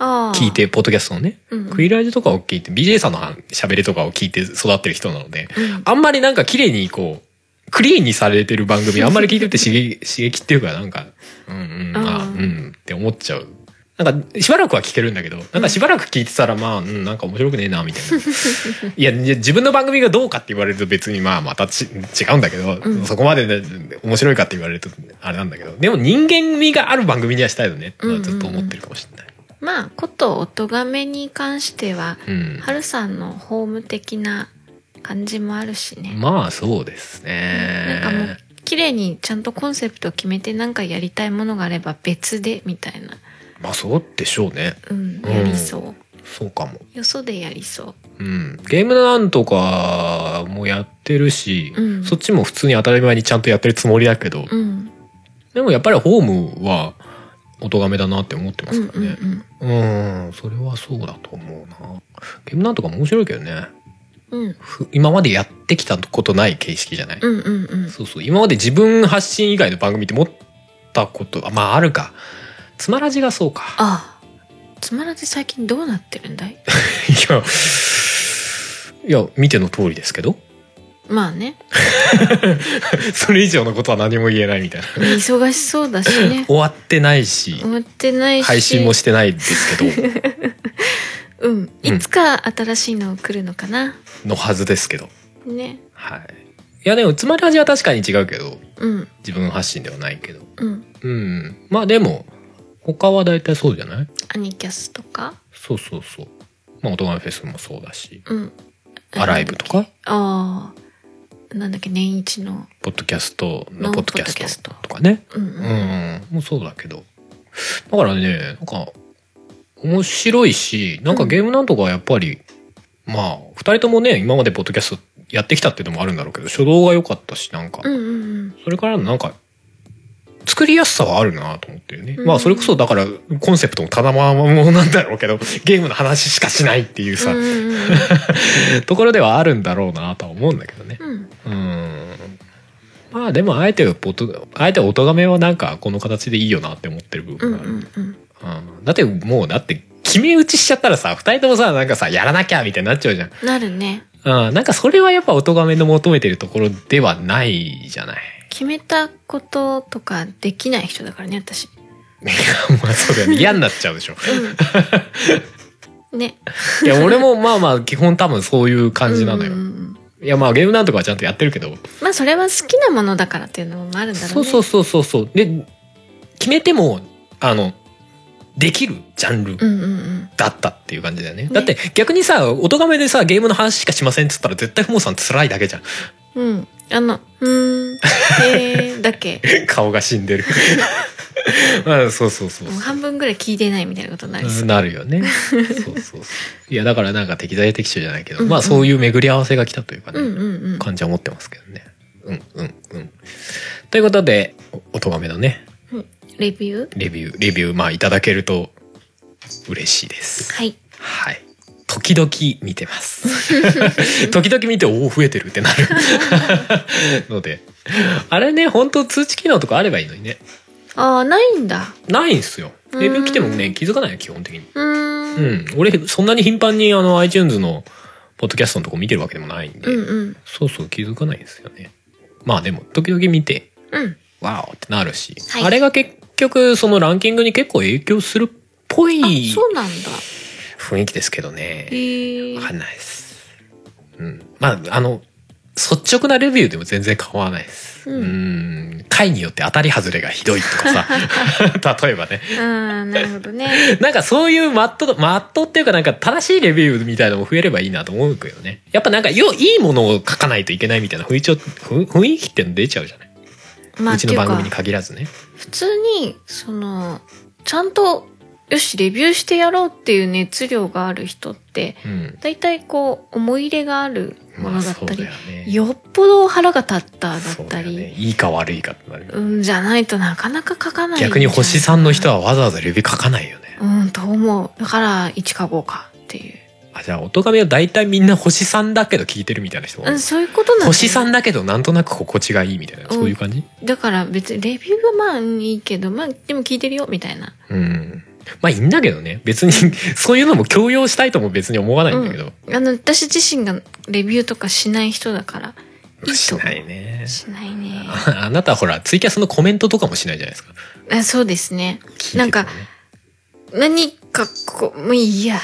[SPEAKER 2] ああ
[SPEAKER 1] 聞いてポッドキャストのね
[SPEAKER 2] うんうん
[SPEAKER 1] クイラージとかを聞いて、BJ さんの喋りとかを聞いて育ってる人なので、
[SPEAKER 2] うん
[SPEAKER 1] あんまりなんか綺麗にこう、クリーンにされてる番
[SPEAKER 2] [laughs]
[SPEAKER 1] 組あんまり聞いてて刺激、刺激っていうかなんか、うんうん、あ、
[SPEAKER 2] あ
[SPEAKER 1] う
[SPEAKER 2] ー
[SPEAKER 1] んって思っちゃう。なんか、しばらくは聞けるんだけど、なんかしばらく聞いてたら、まあ、うん、なんか面白くねえな、みたい
[SPEAKER 2] [laughs]
[SPEAKER 1] な。いや、いや自分の番組がどうかって言われると別に、まあ、またち違うんだけど、
[SPEAKER 2] うん
[SPEAKER 1] そこまでで面白いかって言われると、あれなんだけど、でも人間味がある番組にはしたいよね、ってのはずっと思ってるかもしれない。
[SPEAKER 2] まあことおとがめに関しては
[SPEAKER 1] うん。
[SPEAKER 2] はるさんのホーム的な感じもあるしね
[SPEAKER 1] まあそうです
[SPEAKER 2] なん
[SPEAKER 1] ね。
[SPEAKER 2] かもう綺麗にちゃんとコンセプトを決めてなんかやりたいものがあれば別でみたいな
[SPEAKER 1] まあそうでしょうね。
[SPEAKER 2] うん
[SPEAKER 1] うん
[SPEAKER 2] やりそう
[SPEAKER 1] そうかも。
[SPEAKER 2] よそでやりそ
[SPEAKER 1] うん。ゲームなんとかもやってるし、
[SPEAKER 2] うん
[SPEAKER 1] そっちも普通に当たり前にちゃんとやってるつもりだけど、
[SPEAKER 2] ううん
[SPEAKER 1] でもやっぱりホームはお咎めだなって思ってま
[SPEAKER 2] うん
[SPEAKER 1] す
[SPEAKER 2] う
[SPEAKER 1] からね。
[SPEAKER 2] ん
[SPEAKER 1] うんそれはそうだと思うな。ゲームなんとかも面白いけどね。
[SPEAKER 2] うんうん
[SPEAKER 1] ふ今までやってきたことない形式じゃない、
[SPEAKER 2] うんうんうん
[SPEAKER 1] そうそう。今まで自分発信以外の番組って持ったこと、あまああるか。つまらじがそうか。
[SPEAKER 2] ああつまらず最近どうなってるんだい
[SPEAKER 1] いや、いや、見ての通りですけど。
[SPEAKER 2] まあね
[SPEAKER 1] [laughs] それ以上のことは何も言えないみたいな。
[SPEAKER 2] 忙しそうだし
[SPEAKER 1] [laughs]
[SPEAKER 2] ね
[SPEAKER 1] 終わってないし、
[SPEAKER 2] 終わってないし
[SPEAKER 1] 配信もしてないですけど、
[SPEAKER 2] うんいつか新しいの来るのかな [laughs]
[SPEAKER 1] のはずですけど。
[SPEAKER 2] ね
[SPEAKER 1] はい。いや、でも、つまり味は確かに違うけど、
[SPEAKER 2] うん
[SPEAKER 1] 自分発信ではないけど。
[SPEAKER 2] うん
[SPEAKER 1] うん。まあでも、他は大体そうじゃない
[SPEAKER 2] アニキャスとか
[SPEAKER 1] そうそうそう。まあ、音がフェスもそうだし、
[SPEAKER 2] うん
[SPEAKER 1] アライブとか、
[SPEAKER 2] ああなんだっけ年一の
[SPEAKER 1] ポッドキャストの
[SPEAKER 2] の
[SPEAKER 1] ポッドキャ
[SPEAKER 2] ポッドキャ
[SPEAKER 1] ス
[SPEAKER 2] ス
[SPEAKER 1] ト
[SPEAKER 2] ト
[SPEAKER 1] とかね。
[SPEAKER 2] うん
[SPEAKER 1] うん、もうそうだけど。だからね、なんか、面白いし、なんかゲームなんとかはやっぱり、まあ、二人ともね、今までポッドキャストやってきたっていうのもあるんだろうけど、初動が良かったし、なんか、
[SPEAKER 2] うんうん
[SPEAKER 1] それからのなんか、作りやすさはあるなと思ってね。
[SPEAKER 2] うん
[SPEAKER 1] まあ、それこそだから、コンセプトもただまあものなんだろうけど、ゲームの話しかしないっていう
[SPEAKER 2] う
[SPEAKER 1] さ、
[SPEAKER 2] んうんうんうん
[SPEAKER 1] ところではあるんだろうなとは思うんだけどね。
[SPEAKER 2] うん
[SPEAKER 1] うーん。まあ、でも、あえてポト、あえて音がめはなんか、この形でいい [laughs] よなって思ってる部
[SPEAKER 2] う
[SPEAKER 1] 分
[SPEAKER 2] ん
[SPEAKER 1] がある。
[SPEAKER 2] うんうん
[SPEAKER 1] うんだってもうだって決め打ちしちゃったらさ二人ともさなんかさやらなきゃみたいになっちゃうじゃん、
[SPEAKER 2] なるね
[SPEAKER 1] うん、なんかそれはやっぱ音がめの求めてるところではないじゃない [laughs]
[SPEAKER 2] 決めたこととかできない人だからね私
[SPEAKER 1] まあそうだよね嫌になっちゃう
[SPEAKER 2] [laughs]
[SPEAKER 1] でしょ [laughs]
[SPEAKER 2] うんね
[SPEAKER 1] いや俺もまあまあ基本多分そういう感じなのよ、
[SPEAKER 2] うんうんうん
[SPEAKER 1] いやまあゲームなんとかはちゃんとやってるけど、
[SPEAKER 2] まあそれは好きなものだからっていうのもあるんだろうね
[SPEAKER 1] そうそうそうそうそうで決めてもあのできるジャンル
[SPEAKER 2] うんうんうん
[SPEAKER 1] だったっていう感じだよね
[SPEAKER 2] ね
[SPEAKER 1] だって逆にさ音がめでさゲームの話しかしませんっつったら絶対ふもさん辛いだけ
[SPEAKER 2] [laughs]
[SPEAKER 1] じゃん
[SPEAKER 2] うんあの「うーん」え
[SPEAKER 1] [laughs]
[SPEAKER 2] ー、だけ
[SPEAKER 1] 顔が死んで
[SPEAKER 2] [laughs]
[SPEAKER 1] るうんそうそうそう
[SPEAKER 2] もう
[SPEAKER 1] そう
[SPEAKER 2] 半分ぐらい聞いてないみたいなことになりそう、
[SPEAKER 1] なるよね。そうそうそう。いや、だからなんか適材適所じゃないけど、
[SPEAKER 2] うんうん
[SPEAKER 1] まあそういう巡り合わせが来たというかね、
[SPEAKER 2] うん、うんうん
[SPEAKER 1] 感じは持ってますけどね。うんうんうん。ということで、おとがめのね、
[SPEAKER 2] レビュー
[SPEAKER 1] レビュー、レビュー、まあいただけると嬉しいです。
[SPEAKER 2] はい
[SPEAKER 1] はい。時々見てます。 [laughs] 時々見て、おお、増えてるってなる [laughs] ので。あれね、本当通知機能とかあればいいのにね。
[SPEAKER 2] ああないんだ
[SPEAKER 1] ないんすよ。レビュー来ても
[SPEAKER 2] う
[SPEAKER 1] ね、気づかないよ、基本的に。
[SPEAKER 2] うーん
[SPEAKER 1] う、ん。俺、そんなに頻繁にあの iTunes のポッドキャストのとこ見てるわけでもないんで、
[SPEAKER 2] うんうん
[SPEAKER 1] そうそう気づかないんですよね。まあでも、時々見て、
[SPEAKER 2] うん
[SPEAKER 1] わおってなるし、
[SPEAKER 2] はい
[SPEAKER 1] あれが結局そのランキングに結構影響するっぽい
[SPEAKER 2] あそうなんだ
[SPEAKER 1] 雰囲気ですけどね。
[SPEAKER 2] へえ
[SPEAKER 1] わかんないです。うん。まあ、あの、率直なレビューでも全然構わないです。
[SPEAKER 2] う
[SPEAKER 1] う
[SPEAKER 2] ん
[SPEAKER 1] ん回によって当たり外れがひどいと
[SPEAKER 2] [laughs]
[SPEAKER 1] かさ、例えばね。
[SPEAKER 2] あーなるほ
[SPEAKER 1] [laughs]
[SPEAKER 2] どね
[SPEAKER 1] なんかそういうマット、マットっていうかなんか正しいレビューみたいなのも増えればいいなと思うけどね。やっぱなんかよ、いいものを書かないといけないみたいな雰囲気を雰雰囲気っての出ちゃうじゃない、
[SPEAKER 2] まあ
[SPEAKER 1] うちの番組
[SPEAKER 2] ってい
[SPEAKER 1] に
[SPEAKER 2] うか
[SPEAKER 1] 限らずね。
[SPEAKER 2] 普通にそのちゃんとよしレビューしてやろうっていう熱量がある人って
[SPEAKER 1] うん。
[SPEAKER 2] 大体こう思い入れがあるも
[SPEAKER 1] ま
[SPEAKER 2] の
[SPEAKER 1] あ
[SPEAKER 2] だっ
[SPEAKER 1] そう
[SPEAKER 2] た
[SPEAKER 1] だ
[SPEAKER 2] り
[SPEAKER 1] よ、ね。
[SPEAKER 2] よっぽど腹が立っただっ
[SPEAKER 1] そう
[SPEAKER 2] た
[SPEAKER 1] だよ
[SPEAKER 2] りう,、
[SPEAKER 1] ね。いいか悪いかってなるよね、
[SPEAKER 2] んじゃないとなかなか書かない
[SPEAKER 1] 逆に星さんの人
[SPEAKER 2] は
[SPEAKER 1] はわざわざレビュー書かないよね。
[SPEAKER 2] うんと思うだから1か5かっていう、
[SPEAKER 1] あ、じゃあ、音亀は大体みんな星さんだけど聞いてるみたいな人が多
[SPEAKER 2] う
[SPEAKER 1] い
[SPEAKER 2] ん、そういうことなんだよ
[SPEAKER 1] 星さんだけどなんとなく心地がいいみたいな、そういう感じ
[SPEAKER 2] だから別にレビューはまあいいけどまあでも聞いてるよみたいな
[SPEAKER 1] うん。まあいいんだけどね。別に、 [laughs] そういうのも強要したいとも別に思わないんだけど。
[SPEAKER 2] あの私自身がレビューとかしない人だからいい
[SPEAKER 1] し
[SPEAKER 2] と思う
[SPEAKER 1] ないね。
[SPEAKER 2] しないね
[SPEAKER 1] ああなたほら、ツイキャスのコメントとかもしないじゃないですか。
[SPEAKER 2] あそうですね
[SPEAKER 1] 聞いててもね
[SPEAKER 2] なんか、何かこうもういい
[SPEAKER 1] [laughs]
[SPEAKER 2] やっ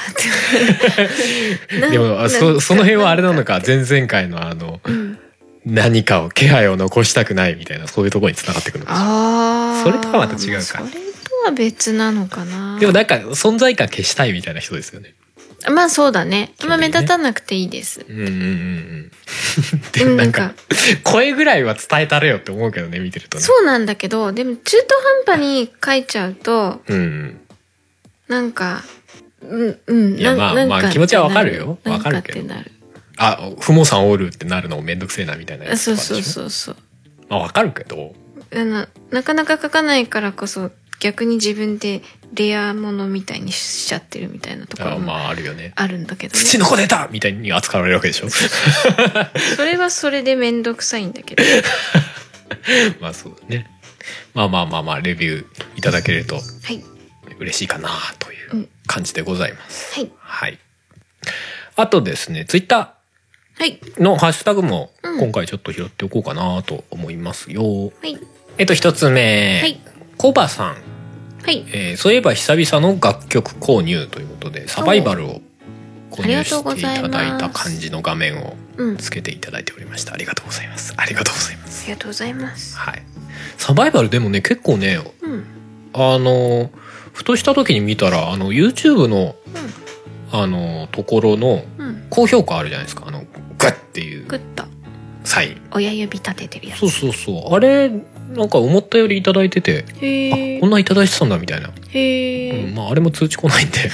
[SPEAKER 2] て
[SPEAKER 1] でも、あそ、その辺はあれなの、
[SPEAKER 2] な
[SPEAKER 1] か、
[SPEAKER 2] ん
[SPEAKER 1] 前々回のあの、
[SPEAKER 2] うん
[SPEAKER 1] 何かを、気配を残したくないみたいな、そういうところに繋がってくるのかし
[SPEAKER 2] ああ
[SPEAKER 1] それとはまた違うか
[SPEAKER 2] それとは別なのかな
[SPEAKER 1] ら。でもなんか、存在感消したいみたいな人ですよね。
[SPEAKER 2] まあそうだね
[SPEAKER 1] 基
[SPEAKER 2] ま
[SPEAKER 1] 本的にね
[SPEAKER 2] あ目立たなくていいです
[SPEAKER 1] うんうんうんうん。
[SPEAKER 2] う
[SPEAKER 1] で、
[SPEAKER 2] ん
[SPEAKER 1] なんか
[SPEAKER 2] なんか、
[SPEAKER 1] 声ぐらいは伝えたれよって思うけどね、見てるとね。
[SPEAKER 2] そうなんだけどでも中途半端に書いちゃうと
[SPEAKER 1] うんうん。
[SPEAKER 2] なんかうんうん
[SPEAKER 1] いや
[SPEAKER 2] な
[SPEAKER 1] まあ
[SPEAKER 2] なん
[SPEAKER 1] まあ
[SPEAKER 2] って
[SPEAKER 1] 気持ちはわかるよ
[SPEAKER 2] な
[SPEAKER 1] わ
[SPEAKER 2] ん
[SPEAKER 1] かる
[SPEAKER 2] って
[SPEAKER 1] けど
[SPEAKER 2] なる
[SPEAKER 1] あ、ふもさんおるってなるのもめんどくせえなみたいなや
[SPEAKER 2] あ
[SPEAKER 1] つと
[SPEAKER 2] そう
[SPEAKER 1] かでしょ
[SPEAKER 2] そうそうそう
[SPEAKER 1] まあわかるけど。
[SPEAKER 2] あのなかなか書かないからこそ逆に自分でレアものみたいにしちゃってるみたいなとこ
[SPEAKER 1] あ
[SPEAKER 2] ろ
[SPEAKER 1] ま
[SPEAKER 2] も
[SPEAKER 1] ああるよね。
[SPEAKER 2] あるんだけど、ね、
[SPEAKER 1] 土の子出たみたいに扱われるわけでしょ
[SPEAKER 2] それはそれで面倒くさいんだけど
[SPEAKER 1] [laughs] まあそうだね。まあまあまあまあ、レビューいただけると
[SPEAKER 2] はい
[SPEAKER 1] 嬉しいかなといううん感じでございます。
[SPEAKER 2] はい
[SPEAKER 1] はい。あとですね、ツイッタ
[SPEAKER 2] はい
[SPEAKER 1] ーのハッシュタグも
[SPEAKER 2] うん
[SPEAKER 1] 今回ちょっと拾っておこうかなと思いますよ。
[SPEAKER 2] はい
[SPEAKER 1] えっと、一つ目。
[SPEAKER 2] はい。
[SPEAKER 1] コバさん。
[SPEAKER 2] はい
[SPEAKER 1] えーそういえば久々の楽曲購入ということで、サバイバルを購入していただいた感じの画面を
[SPEAKER 2] うんあ
[SPEAKER 1] つけていただいておりました。ありがとうございます。ありがとうございます。
[SPEAKER 2] りがとうございます
[SPEAKER 1] はい。サバイバルでもね、結構ね、
[SPEAKER 2] うんうん
[SPEAKER 1] あの、ふとした時に見たら、あの、YouTube の、あの、ところの、
[SPEAKER 2] うん
[SPEAKER 1] 高評価あるじゃないですか。あの、グッっていう
[SPEAKER 2] グッと
[SPEAKER 1] サイン
[SPEAKER 2] 親指立ててるやつ
[SPEAKER 1] そうそうそうあれなんか思ったよりいただいてて
[SPEAKER 2] へ
[SPEAKER 1] あ
[SPEAKER 2] え
[SPEAKER 1] こんなんいただいてたんだみたいな、
[SPEAKER 2] へ
[SPEAKER 1] うん、
[SPEAKER 2] え、
[SPEAKER 1] まああれも通知来ないんで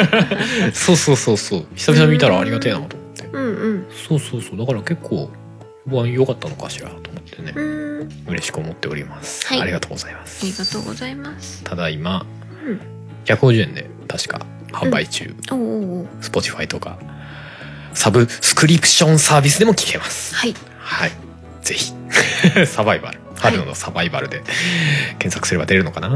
[SPEAKER 2] [laughs]
[SPEAKER 1] そうそうそうそう久々に見たらありがてえなと思って
[SPEAKER 2] うん、うん
[SPEAKER 1] そうそうそうだから結構評判良かったのかしらと思ってね
[SPEAKER 2] うんあ
[SPEAKER 1] 嬉しく思っております、
[SPEAKER 2] はい
[SPEAKER 1] ありがとうございます
[SPEAKER 2] りがとうございます
[SPEAKER 1] ただいま、
[SPEAKER 2] うん
[SPEAKER 1] 150円で確か販売中、
[SPEAKER 2] おうおうおう
[SPEAKER 1] Spotify とかサブスクリプションサービスでも聞けます
[SPEAKER 2] はい
[SPEAKER 1] はいぜひ [laughs] サバイバル春野のサバイバルで検索すれば出るのかな、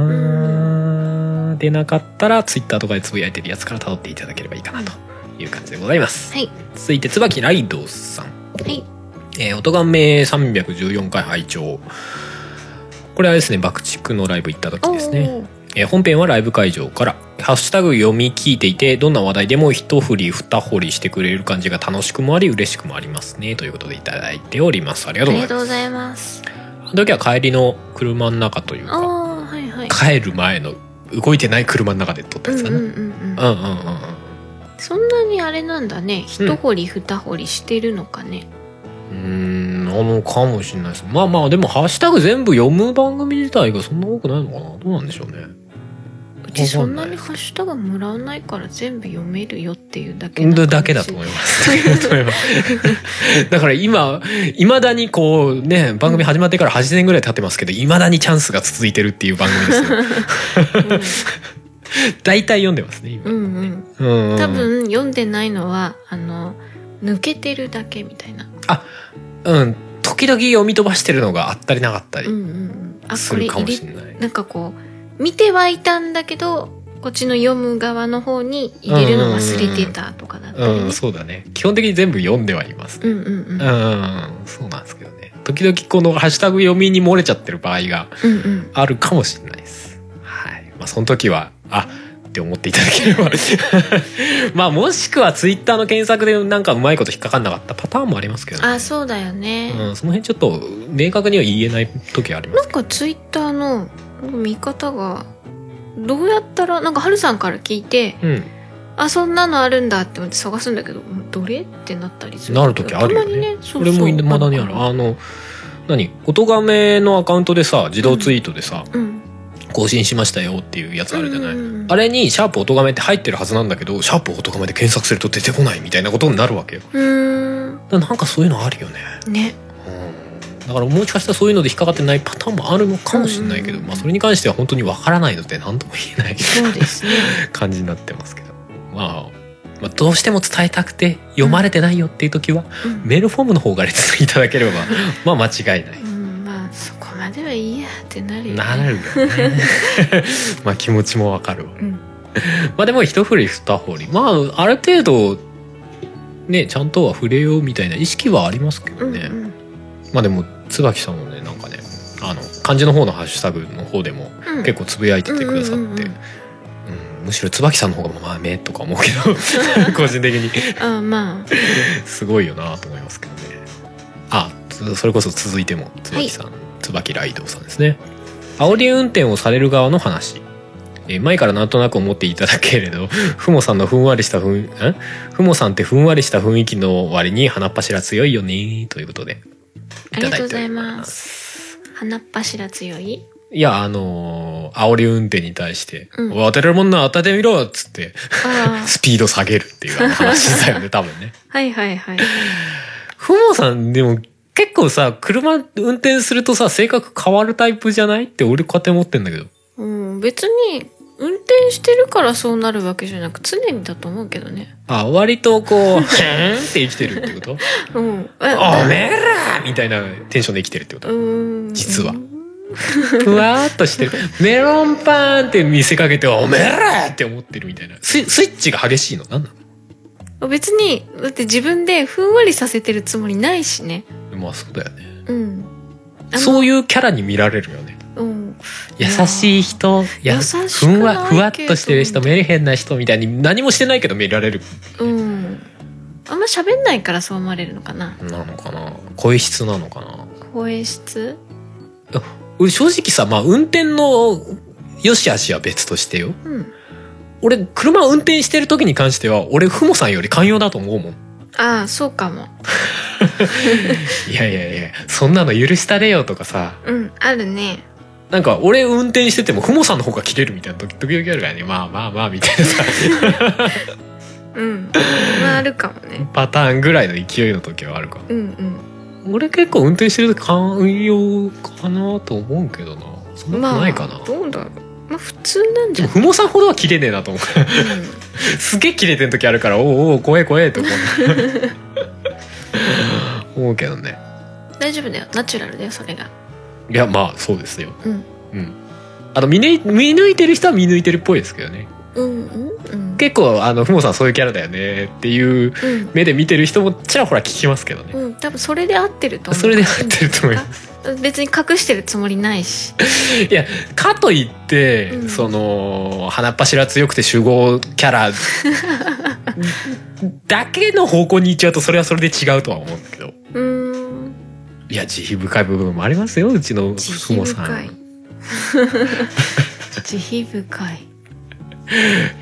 [SPEAKER 1] 出なかったら Twitter とかでつぶやいてるやつから辿っていただければいいかなという感じでございます、
[SPEAKER 2] はい
[SPEAKER 1] 続いて椿ライドさん
[SPEAKER 2] はい
[SPEAKER 1] えー、音がめ314回拝聴これはですね爆竹のライブ行った時ですね
[SPEAKER 2] おう
[SPEAKER 1] えー本編はライブ会場から「ハッシュタグ読み聞いていてどんな話題でも一振り二振りしてくれる感じが楽しくもあり嬉しくもありますね」ということでいただいておりますありが
[SPEAKER 2] あ
[SPEAKER 1] とうご
[SPEAKER 2] り
[SPEAKER 1] ざ
[SPEAKER 2] が
[SPEAKER 1] いま
[SPEAKER 2] とうご
[SPEAKER 1] す
[SPEAKER 2] ざいます
[SPEAKER 1] あの時は帰りの車の中という
[SPEAKER 2] あ
[SPEAKER 1] か
[SPEAKER 2] あはいは
[SPEAKER 1] 帰
[SPEAKER 2] い
[SPEAKER 1] る前の動いてない車の中で撮った
[SPEAKER 2] う
[SPEAKER 1] や
[SPEAKER 2] ん
[SPEAKER 1] つ
[SPEAKER 2] うん
[SPEAKER 1] か
[SPEAKER 2] う
[SPEAKER 1] な、うんん、うん
[SPEAKER 2] うん
[SPEAKER 1] うんうん
[SPEAKER 2] そんなにあれなんだね一掘り二掘りしてるのかね、
[SPEAKER 1] うーんあのかもしれないですまあまあでも「ハッシュタグ全部読む番組自体がそんな多くないのかなどうなんでしょうね
[SPEAKER 2] うちそんなにハッシュタグもらわないから全部読めるよっていうだけなのか
[SPEAKER 1] だ
[SPEAKER 2] も
[SPEAKER 1] だけだと思います。だけだと思いますだから今、いまだにこうね、番組始まってから8年ぐらい経ってますけど、いまだにチャンスが続いてるっていう番組です
[SPEAKER 2] [laughs]
[SPEAKER 1] よ。大体読んでますね、
[SPEAKER 2] う
[SPEAKER 1] 今。
[SPEAKER 2] んうんうん
[SPEAKER 1] うんうん
[SPEAKER 2] 多。分読んでないのはあの抜けてるだけみたいな
[SPEAKER 1] うん。時々読み飛ばしてるのがあったりなかった
[SPEAKER 2] うん
[SPEAKER 1] り
[SPEAKER 2] うんうんあ
[SPEAKER 1] す
[SPEAKER 2] これ
[SPEAKER 1] るか
[SPEAKER 2] 入
[SPEAKER 1] も
[SPEAKER 2] れ
[SPEAKER 1] しれない。
[SPEAKER 2] なんかこう見てはいたんだけどこっちの読む側の方に入れるの忘れてたとかだったりね
[SPEAKER 1] うん、そうだね。基本的に全部読んではいます。
[SPEAKER 2] うんうんう
[SPEAKER 1] う
[SPEAKER 2] ん
[SPEAKER 1] ん、そうなんですけどね。時々このハッシュタグ読みに漏れちゃってる場合が
[SPEAKER 2] うんうん
[SPEAKER 1] あるかもしれないです。はい。まあ、その時は、あって思っていただければ。 [laughs] まあ、もしくはツイッターの検索でなんかうまいこと引っかかんなかったパターンもありますけどね。
[SPEAKER 2] あそうだよね、
[SPEAKER 1] うん、その辺ちょっと明確には言えない時はありま
[SPEAKER 2] な
[SPEAKER 1] す
[SPEAKER 2] ん
[SPEAKER 1] け
[SPEAKER 2] かツイッターの見方がどうやったらなんかハルさんから聞いて
[SPEAKER 1] ど。うん。
[SPEAKER 2] あそんなのあるんだって思って探すんだけどどれってなったりする
[SPEAKER 1] なる時あるよね
[SPEAKER 2] たまにねそ
[SPEAKER 1] これも未だにある。あの、何音亀のアカウントでさ、自動ツイートでさ、
[SPEAKER 2] うん
[SPEAKER 1] 更新しましたよっていうやつあるじゃない。
[SPEAKER 2] うんうんうん
[SPEAKER 1] あれに、シャープ音亀って入ってるはずなんだけど、シャープ音亀で検索すると出てこないみたいなことになるわけよ。
[SPEAKER 2] うーん
[SPEAKER 1] だからなんかそういうのあるよね。
[SPEAKER 2] ね
[SPEAKER 1] うんだからもしかしたらそういうので引っかかってないパターンもあるのかもしれないけど、
[SPEAKER 2] うんうんうん
[SPEAKER 1] まあ、それに関しては本当にわからないので何とも言えない
[SPEAKER 2] そうで
[SPEAKER 1] [laughs]
[SPEAKER 2] すね
[SPEAKER 1] 感じになってますけど、まあ、まあどうしても伝えたくて読まれてないよっていう時は、
[SPEAKER 2] うん
[SPEAKER 1] メールフォームの方から説明いただけ
[SPEAKER 2] [laughs]
[SPEAKER 1] ればまあ間違いない。
[SPEAKER 2] うんまあそこまではいいやってなるよね
[SPEAKER 1] なるよ
[SPEAKER 2] [laughs]
[SPEAKER 1] ね。まあ気持ちもわかるわ。
[SPEAKER 2] うん
[SPEAKER 1] まあでも一振り二振り。まあある程度、ね、ちゃんとは触れようみたいな意識はありますけど
[SPEAKER 2] う
[SPEAKER 1] ね。
[SPEAKER 2] んうん
[SPEAKER 1] まあでも椿さんもねなんかねあの漢字の方のハッシュタグの方でも
[SPEAKER 2] うん
[SPEAKER 1] 結構つぶやいててくださって、
[SPEAKER 2] うんうんうんうん
[SPEAKER 1] うんむしろ椿さんの方がまあ目とか思うけど個人的に
[SPEAKER 2] あまあ
[SPEAKER 1] すごいよなと思いますけどねあつそれこそ続いても椿さん、椿ライドウさんですね煽り運転をされる側の話えー前からなんとなく思っていただけれど [laughs] ふもさんのふんわりしたふんんふもさんってふんわりした雰囲気の割に鼻っ柱強いよねということで
[SPEAKER 2] ありがと
[SPEAKER 1] ただ
[SPEAKER 2] うござ
[SPEAKER 1] てお
[SPEAKER 2] い
[SPEAKER 1] り
[SPEAKER 2] ます鼻っ柱
[SPEAKER 1] [laughs]
[SPEAKER 2] 強い
[SPEAKER 1] いや、あのー煽り運転に対して、
[SPEAKER 2] うん
[SPEAKER 1] おい当てれるもんなら当ててみろっつって、
[SPEAKER 2] あ
[SPEAKER 1] スピード下げるっていうあの話だよね、多分
[SPEAKER 2] [laughs]
[SPEAKER 1] ね。
[SPEAKER 2] あはいはいはい
[SPEAKER 1] ふもさん、でも結構さ、車運転するとさ、性格変わるタイプじゃないって俺勝手に思ってんだけど。
[SPEAKER 2] うん、別に運転してるからそうなるわけじゃなく常にだと思うけどね。
[SPEAKER 1] あ、割とこう、へーんって生きてるって
[SPEAKER 2] [laughs]
[SPEAKER 1] こと
[SPEAKER 2] うん。
[SPEAKER 1] お
[SPEAKER 2] あ
[SPEAKER 1] めえらみたいなテンションで生きてるってこと
[SPEAKER 2] うん。
[SPEAKER 1] 実はふわーっとしてる。メロンパンって見せかけて、おめえらって思ってるみたいな。スイスイッチが激しいのなんな
[SPEAKER 2] 別に、だって自分でふんわりさせてるつもりないしね。
[SPEAKER 1] のまあそうだよね。
[SPEAKER 2] うん。あの
[SPEAKER 1] そういうキャラに見られるよね。
[SPEAKER 2] うん。
[SPEAKER 1] 優しい人
[SPEAKER 2] いや
[SPEAKER 1] や
[SPEAKER 2] 優しくない
[SPEAKER 1] ふんわふわっとしてる人
[SPEAKER 2] け
[SPEAKER 1] メルヘンな人みたいに何もしてないけど見られる
[SPEAKER 2] うん。あんま喋んないからそう思われるのかな。
[SPEAKER 1] なのかな声質なのかな
[SPEAKER 2] 声質
[SPEAKER 1] 俺正直さまあ運転の良し悪しは別としてよ
[SPEAKER 2] うん。
[SPEAKER 1] 俺車運転してる時に関しては俺ふもさんより寛容だと思うもん
[SPEAKER 2] ああそうかも
[SPEAKER 1] いやいやいやそんなの許したれよとかさ
[SPEAKER 2] うんあるね
[SPEAKER 1] なんか俺運転しててもふもさんの方が切れるみたいな時時々あるからねまあまあまあみたいな [laughs] さ
[SPEAKER 2] うんまああるか
[SPEAKER 1] [laughs]
[SPEAKER 2] もね
[SPEAKER 1] パターンぐらいの勢いの時はあるか
[SPEAKER 2] うんうん
[SPEAKER 1] 俺結構運転してる時寛容かなと思うけどなそんなことないかな、
[SPEAKER 2] どうだろうまあ普通なんじ
[SPEAKER 1] で
[SPEAKER 2] ゃ
[SPEAKER 1] も [laughs]
[SPEAKER 2] ない、
[SPEAKER 1] ふもさんほどは切れねえなと思うからすげえ切れてる時あるからおうおう怖え怖えって思う [laughs] 思うけどね
[SPEAKER 2] うん、大丈夫だよナチュラルだよそれが
[SPEAKER 1] いやまあそうですよ
[SPEAKER 2] うん
[SPEAKER 1] うんあの見,、ね、見抜いてる人は見抜いてるっぽいですけどね
[SPEAKER 2] うんうんうん
[SPEAKER 1] 結構あのふもさんそういうキャラだよねっていう
[SPEAKER 2] うん
[SPEAKER 1] 目で見てる人もちらほら聞きますけどね
[SPEAKER 2] うん、多分それで合ってると思う
[SPEAKER 1] それで合ってると思います
[SPEAKER 2] うん [laughs] 別に隠してるつもりな
[SPEAKER 1] [laughs]
[SPEAKER 2] いし
[SPEAKER 1] いやかといって、
[SPEAKER 2] うん
[SPEAKER 1] その鼻っ柱強くて集合キャ
[SPEAKER 2] [laughs]
[SPEAKER 1] ラだけの方向に行っちゃうとそれはそれで違うとは思うんだけど
[SPEAKER 2] うーん
[SPEAKER 1] いや慈悲深い部分もありますようちの
[SPEAKER 2] 慈
[SPEAKER 1] ふ
[SPEAKER 2] 悲
[SPEAKER 1] もさ
[SPEAKER 2] 深い
[SPEAKER 1] ん [laughs]
[SPEAKER 2] 慈悲深い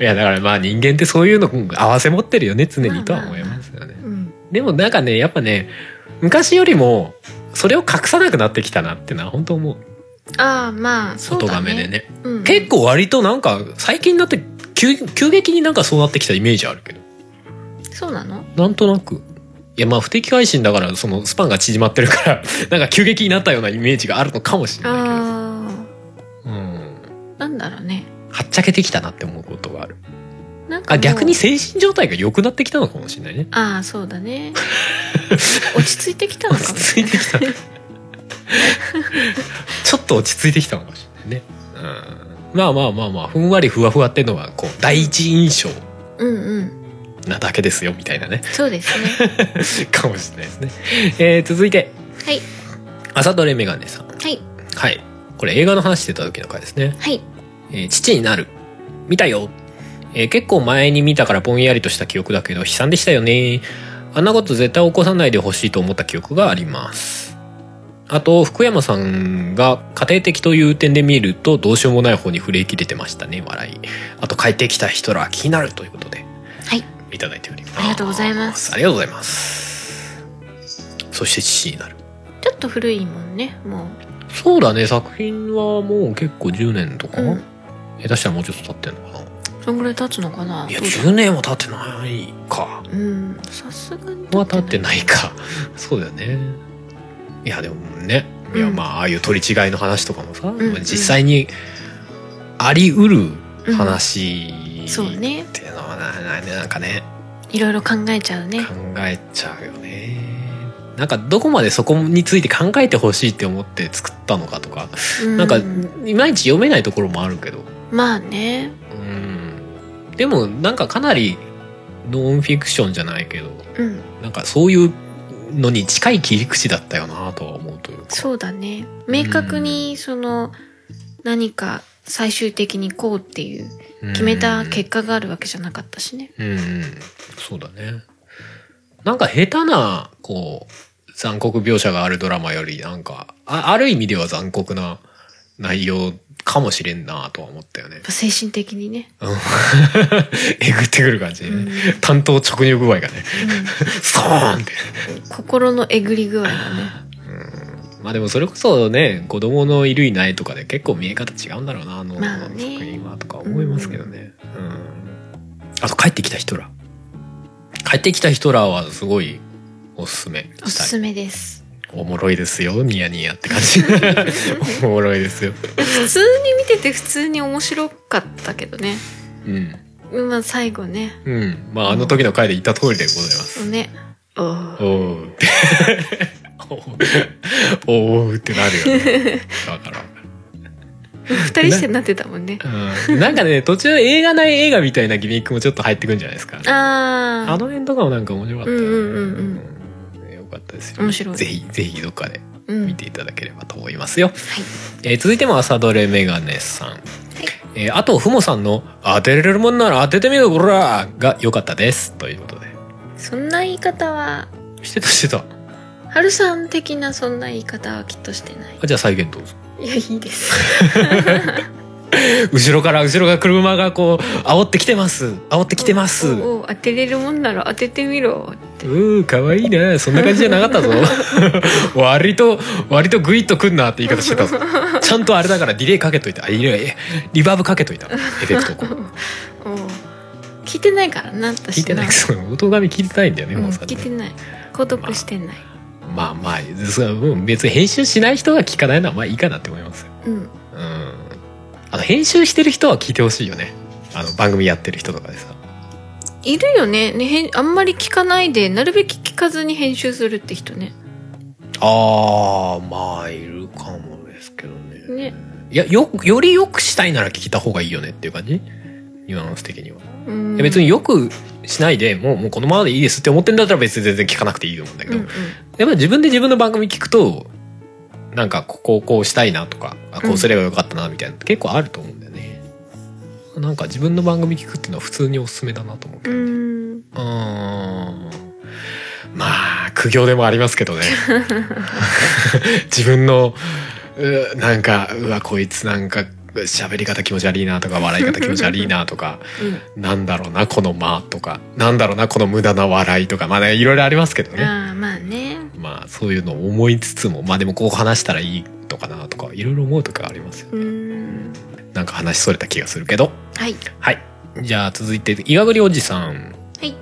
[SPEAKER 1] いやだからまあ人間ってそういうの合わせ持ってるよね常にとは思いますよね、
[SPEAKER 2] うん
[SPEAKER 1] でもなんかねやっぱね昔よりもそれを隠さなくなってきたなってのは本当思う
[SPEAKER 2] ああまあそう
[SPEAKER 1] 外
[SPEAKER 2] だ
[SPEAKER 1] 亀
[SPEAKER 2] ね
[SPEAKER 1] でね
[SPEAKER 2] うん、
[SPEAKER 1] 結構割となんか最近になって急急激になんかそうなってきたイメージあるけど
[SPEAKER 2] そうなの
[SPEAKER 1] なんとなくいやまあ不適配信だからそのスパンが縮まってるから [laughs] なんか急激になったようなイメージがあるのかもしれない
[SPEAKER 2] あ
[SPEAKER 1] けど、うん、
[SPEAKER 2] ーなんだろうね
[SPEAKER 1] はっちゃけてきたなって思うことがある
[SPEAKER 2] なんかも
[SPEAKER 1] あ
[SPEAKER 2] う
[SPEAKER 1] 逆に精神状態が良くなってきたのかもしれないね
[SPEAKER 2] ああそう
[SPEAKER 1] [laughs]
[SPEAKER 2] だね落ち着いてきたの
[SPEAKER 1] 落
[SPEAKER 2] かも
[SPEAKER 1] ち着いてき
[SPEAKER 2] [laughs]
[SPEAKER 1] たちょっと落ち着いてきたのかもしれないね、うん、まあまあまあまあふんわりふわふわっていうのはこう第一印象
[SPEAKER 2] うんうん
[SPEAKER 1] なだけですよみたい
[SPEAKER 2] [laughs]
[SPEAKER 1] なね
[SPEAKER 2] そうですね
[SPEAKER 1] かもしれないですね、えー続いて
[SPEAKER 2] はい
[SPEAKER 1] 朝どれメガネさん
[SPEAKER 2] はい
[SPEAKER 1] はいこれ映画の話してた時の回ですね、
[SPEAKER 2] はい
[SPEAKER 1] えー父になる見たよ、えー結構前に見たからぼんやりとした記憶だけど悲惨でしたよねあんなこと絶対起こさないでほしいと思った記憶がありますあと福山さんが家庭的という点で見るとどうしようもない方に触れ切れてましたね笑いあと帰ってきたヒトラー気になるということで
[SPEAKER 2] はい
[SPEAKER 1] いただいております
[SPEAKER 2] ありがとうございます
[SPEAKER 1] ありがとうございますそして父になる
[SPEAKER 2] ちょっと古いもんねも
[SPEAKER 1] そうだね作品はもう結構10年とか、
[SPEAKER 2] う、うん、
[SPEAKER 1] 下手したらもうちょっと経ってんのかな
[SPEAKER 2] そんぐらい経つのかないい
[SPEAKER 1] や10年は経ってないか
[SPEAKER 2] うんさすがに
[SPEAKER 1] は経って
[SPEAKER 2] い
[SPEAKER 1] ないかそうだよねいやでもねいや
[SPEAKER 2] うん
[SPEAKER 1] まあああいう取り違いの話とかもさ、
[SPEAKER 2] ん
[SPEAKER 1] まあ実際にあり得る
[SPEAKER 2] うん
[SPEAKER 1] 話、
[SPEAKER 2] そうね
[SPEAKER 1] っていうのはなななんかね
[SPEAKER 2] いろいろ考えちゃうね
[SPEAKER 1] 考えちゃうよねなんかどこまでそこについて考えてほしいって思って作ったのかとか、なんか
[SPEAKER 2] う
[SPEAKER 1] いまいち読めないところもあるけど
[SPEAKER 2] まあね
[SPEAKER 1] うんでもなんかかなりノンフィクションじゃないけど
[SPEAKER 2] うん
[SPEAKER 1] なんかそういうのに近い切り口だったよなとは思うというか
[SPEAKER 2] そうだね明確にその何か最終的にこうっていう決めた結果があるわけじゃなかったしね
[SPEAKER 1] うんうんそうだねなんか下手なこう残酷描写があるドラマよりなんかあある意味では残酷な内容かもしれんなとは思ったよね
[SPEAKER 2] やっぱ精神的にね、
[SPEAKER 1] うんえぐってくる感じ、ね
[SPEAKER 2] うん
[SPEAKER 1] 担当直入具合がね
[SPEAKER 2] う
[SPEAKER 1] スコーンって
[SPEAKER 2] ん心のえぐり具合がね
[SPEAKER 1] まあでもそれこそね子供のいるいないとかで結構見え方違うんだろうなあの
[SPEAKER 2] まあね
[SPEAKER 1] 作品はとか思いますけどね、うんあと帰ってきたヒトラー帰ってきたヒトラーはすごいおすすめ
[SPEAKER 2] おす
[SPEAKER 1] したい
[SPEAKER 2] すめです
[SPEAKER 1] おもろいですよニヤニヤって感
[SPEAKER 2] [laughs]
[SPEAKER 1] じおもろいですよ
[SPEAKER 2] 普通に見てて普通に面白かったけどね
[SPEAKER 1] うん
[SPEAKER 2] まあ最後ね
[SPEAKER 1] うんまああの時の回で言った通りでございます
[SPEAKER 2] ねおー
[SPEAKER 1] おうって
[SPEAKER 2] [laughs]
[SPEAKER 1] おうおうってなるよ
[SPEAKER 2] [laughs]
[SPEAKER 1] ねだからん
[SPEAKER 2] 二人してなってたもんね
[SPEAKER 1] うんなんかね、途中映画ない映画みたいなギミックもちょっと入ってくんじゃないですか。
[SPEAKER 2] あ
[SPEAKER 1] あ
[SPEAKER 2] あ
[SPEAKER 1] の辺とかもなんか面白かったよね。
[SPEAKER 2] うんうん
[SPEAKER 1] うんよかったですよ。
[SPEAKER 2] 面白い
[SPEAKER 1] ぜひ、ぜひどっかで
[SPEAKER 2] うん
[SPEAKER 1] 見ていただければと思いますよ。
[SPEAKER 2] はい
[SPEAKER 1] えー続いても朝どれメガネさん。えーあと、ふもさんの当てれるもんなら当ててみろ、こらが良かったです。ということで。
[SPEAKER 2] そんな言い方は
[SPEAKER 1] してたしてた。
[SPEAKER 2] 春さん的なそんな言い方はきっとしてない [laughs]
[SPEAKER 1] あじゃあ再現どうぞ。
[SPEAKER 2] いやいいです
[SPEAKER 1] 後ろから後ろが車がこう煽ってきてます煽ってきてますう
[SPEAKER 2] おうおう当てれるもんなら当ててみろって
[SPEAKER 1] ーかわいいねそんな感じじゃなかった
[SPEAKER 2] [laughs]
[SPEAKER 1] ぞ割と割とグイッとくんなって言い方してたぞちゃんとあれだからディレイかけといたあいやいやリバーブかけといたエフェクトをこう
[SPEAKER 2] おう聞いてないからな私
[SPEAKER 1] 聞いてない
[SPEAKER 2] な
[SPEAKER 1] その音髪聞いてないんだよね、
[SPEAKER 2] うん
[SPEAKER 1] もうさ
[SPEAKER 2] 聞いてない孤独してない、
[SPEAKER 1] まあまあそううん別に編集しない人が聞かないのはまあいいかなって思いますよ
[SPEAKER 2] うん
[SPEAKER 1] うんあの編集してる人は聞いてほしいよねあの番組やってる人とかでさ
[SPEAKER 2] いるよねねへんあんまり聞かないでなるべく聞かずに編集するって人ね
[SPEAKER 1] ああまあいるかもですけどね
[SPEAKER 2] ね
[SPEAKER 1] いやよよりよくしたいなら聞いた方がいいよねっていう感じニュアンス的には、
[SPEAKER 2] うん
[SPEAKER 1] いや別によくしないでもうもうこのままでいいですって思ってんだったら別に全然聞かなくていいと思うんだけ
[SPEAKER 2] う
[SPEAKER 1] ど、
[SPEAKER 2] んうん
[SPEAKER 1] やっぱり自分で自分の番組聞くとなんかここをこうしたいなとかあこうすればよかったなみたいなのって結構あると思うんだよね、なんか自分の番組聞くっていうのは普通におすすめだなと思うけ
[SPEAKER 2] う
[SPEAKER 1] ど、うん、
[SPEAKER 2] ん
[SPEAKER 1] まあ苦行でもありますけどね [laughs] 自分のうなんかうわこいつなんか喋り方気持ち悪いなとか笑い方気持ち悪いなとか [laughs] なんだろうなこの間とかなんだろうなこの無駄な笑いとかまあねいろいろありますけど
[SPEAKER 2] う
[SPEAKER 1] ね
[SPEAKER 2] ん、ああまあね
[SPEAKER 1] まあそういうのを思いつつもまあでもこう話したらいいのかなとかいろいろ思うとかありますよ
[SPEAKER 2] うん
[SPEAKER 1] なんか話それた気がするけど
[SPEAKER 2] はい
[SPEAKER 1] はいじゃあ続いていがぐりおじさん
[SPEAKER 2] はい